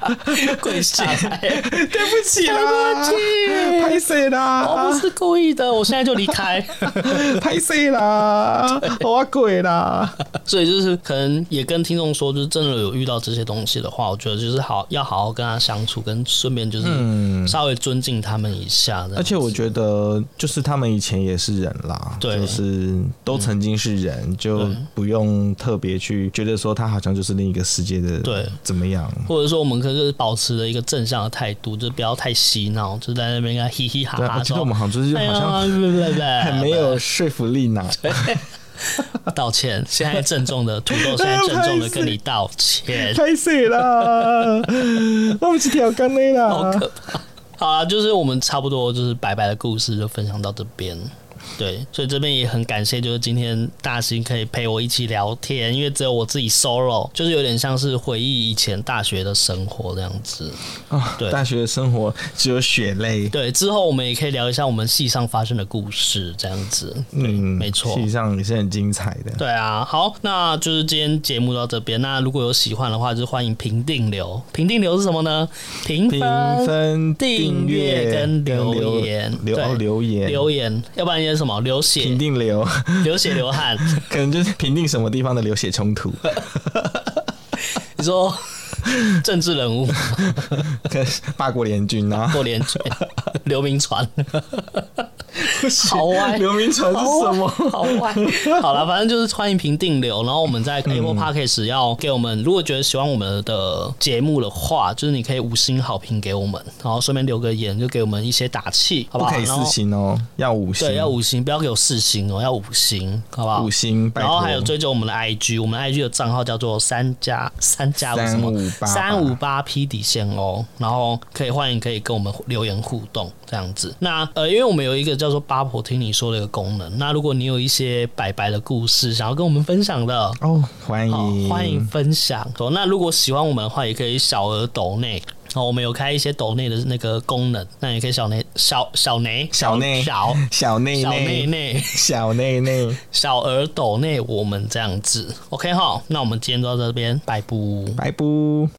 Speaker 1: 跪下 来，
Speaker 2: 对不
Speaker 1: 对
Speaker 2: 起
Speaker 1: 不
Speaker 2: 啦，
Speaker 1: 起。
Speaker 2: 拍谁
Speaker 1: 哦我不
Speaker 2: 啦？
Speaker 1: 是故意的，我现在就离开。
Speaker 2: 拍谁啦？我鬼啦！
Speaker 1: 所以就是可能也跟听众说，就是真的有遇到这些东西的话，我觉得就是好要好好跟他相处，跟顺便就是
Speaker 2: 嗯，
Speaker 1: 稍微尊敬他们一下这样子。
Speaker 2: 而且我觉得就是他们以前也是人啦，
Speaker 1: 对嗯
Speaker 2: 就是都曾经是人，就不用特别去觉得说他好像就是另一个世界的
Speaker 1: 对。
Speaker 2: 怎么样。
Speaker 1: 或者说，我们可能就是保持了一个正向的态度，就不要太嬉闹，就在那边跟他嘻嘻哈
Speaker 2: 对啊，
Speaker 1: 哈
Speaker 2: 我觉
Speaker 1: 说。
Speaker 2: 得我们杭州就好像
Speaker 1: 哎呀不不不
Speaker 2: 很没有说服力呢。
Speaker 1: 道歉，现在郑重的土豆，现在郑重的跟你道歉。
Speaker 2: 太水啦， 我们去调干的
Speaker 1: 好
Speaker 2: 啦。
Speaker 1: 可怕。好啊，就是我们差不多就是白白的故事就分享到这边。对，所以这边也很感谢，就是今天大兴可以陪我一起聊天，因为只有我自己 solo，就是有点像是回忆以前大学的生活这样子。
Speaker 2: 啊
Speaker 1: 对
Speaker 2: 大学的生活只有血泪。
Speaker 1: 对，之后我们也可以聊一下我们系上发生的故事这样子。
Speaker 2: 嗯，
Speaker 1: 没错
Speaker 2: 戏上也是很精彩的。
Speaker 1: 对啊，好，那就是今天节目到这边。那如果有喜欢的话，就是欢迎评定流。评定流是什么呢？评
Speaker 2: 评
Speaker 1: 分、
Speaker 2: 分、
Speaker 1: 订阅
Speaker 2: 阅
Speaker 1: 跟
Speaker 2: 留
Speaker 1: 留言
Speaker 2: 留
Speaker 1: 对
Speaker 2: 哦留言、
Speaker 1: 留言，要不然也是什么流
Speaker 2: 评
Speaker 1: 血、
Speaker 2: 定流，
Speaker 1: 流血、流汗。
Speaker 2: 可能就是评定什么地方的流血冲突，
Speaker 1: 你 说政治人物
Speaker 2: 跟八国联军啊，
Speaker 1: 过连 嘴，刘铭传，好歪。
Speaker 2: 流民传是什么？
Speaker 1: 哎好啊歪，好了，反正就是欢迎评定流，然后我们在
Speaker 2: 嗯
Speaker 1: Apple Podcast 要给我们，如果觉得喜欢我们的节目的话，就是你可以五星好评给我们，然后顺便留个言，就给我们一些打气，好
Speaker 2: 不
Speaker 1: 好？
Speaker 2: 可以
Speaker 1: 然
Speaker 2: 四
Speaker 1: 后
Speaker 2: 星哦，要五星，
Speaker 1: 对，要五星，不要给我四星哦，要五星，好不好？
Speaker 2: 五星，拜
Speaker 1: 然后还有
Speaker 2: 托。
Speaker 1: 追踪我们的 IG，我们的 IG 的账号叫做三加三加五什么
Speaker 2: 3588
Speaker 1: 三五八 P 底线哦，然后可以欢迎可以跟我们留言互动这样子。那呃，因为我们有一个叫做八婆听你说的一个功能，那如果你有一些白白的故事想要跟我们分享的。
Speaker 2: 哦，欢
Speaker 1: 好
Speaker 2: 迎，
Speaker 1: 欢迎分享哦。那如果喜欢我们的话，也可以小额抖内哦。我们有开一些抖内的那个功能，那也可以小内小小内
Speaker 2: 小内
Speaker 1: 小
Speaker 2: 小内
Speaker 1: 小内
Speaker 2: 内，
Speaker 1: 内
Speaker 2: 小内内。
Speaker 1: 小额抖内我们这样子，OK 哈，那我们今天就到这边，拜拜。
Speaker 2: 拜拜。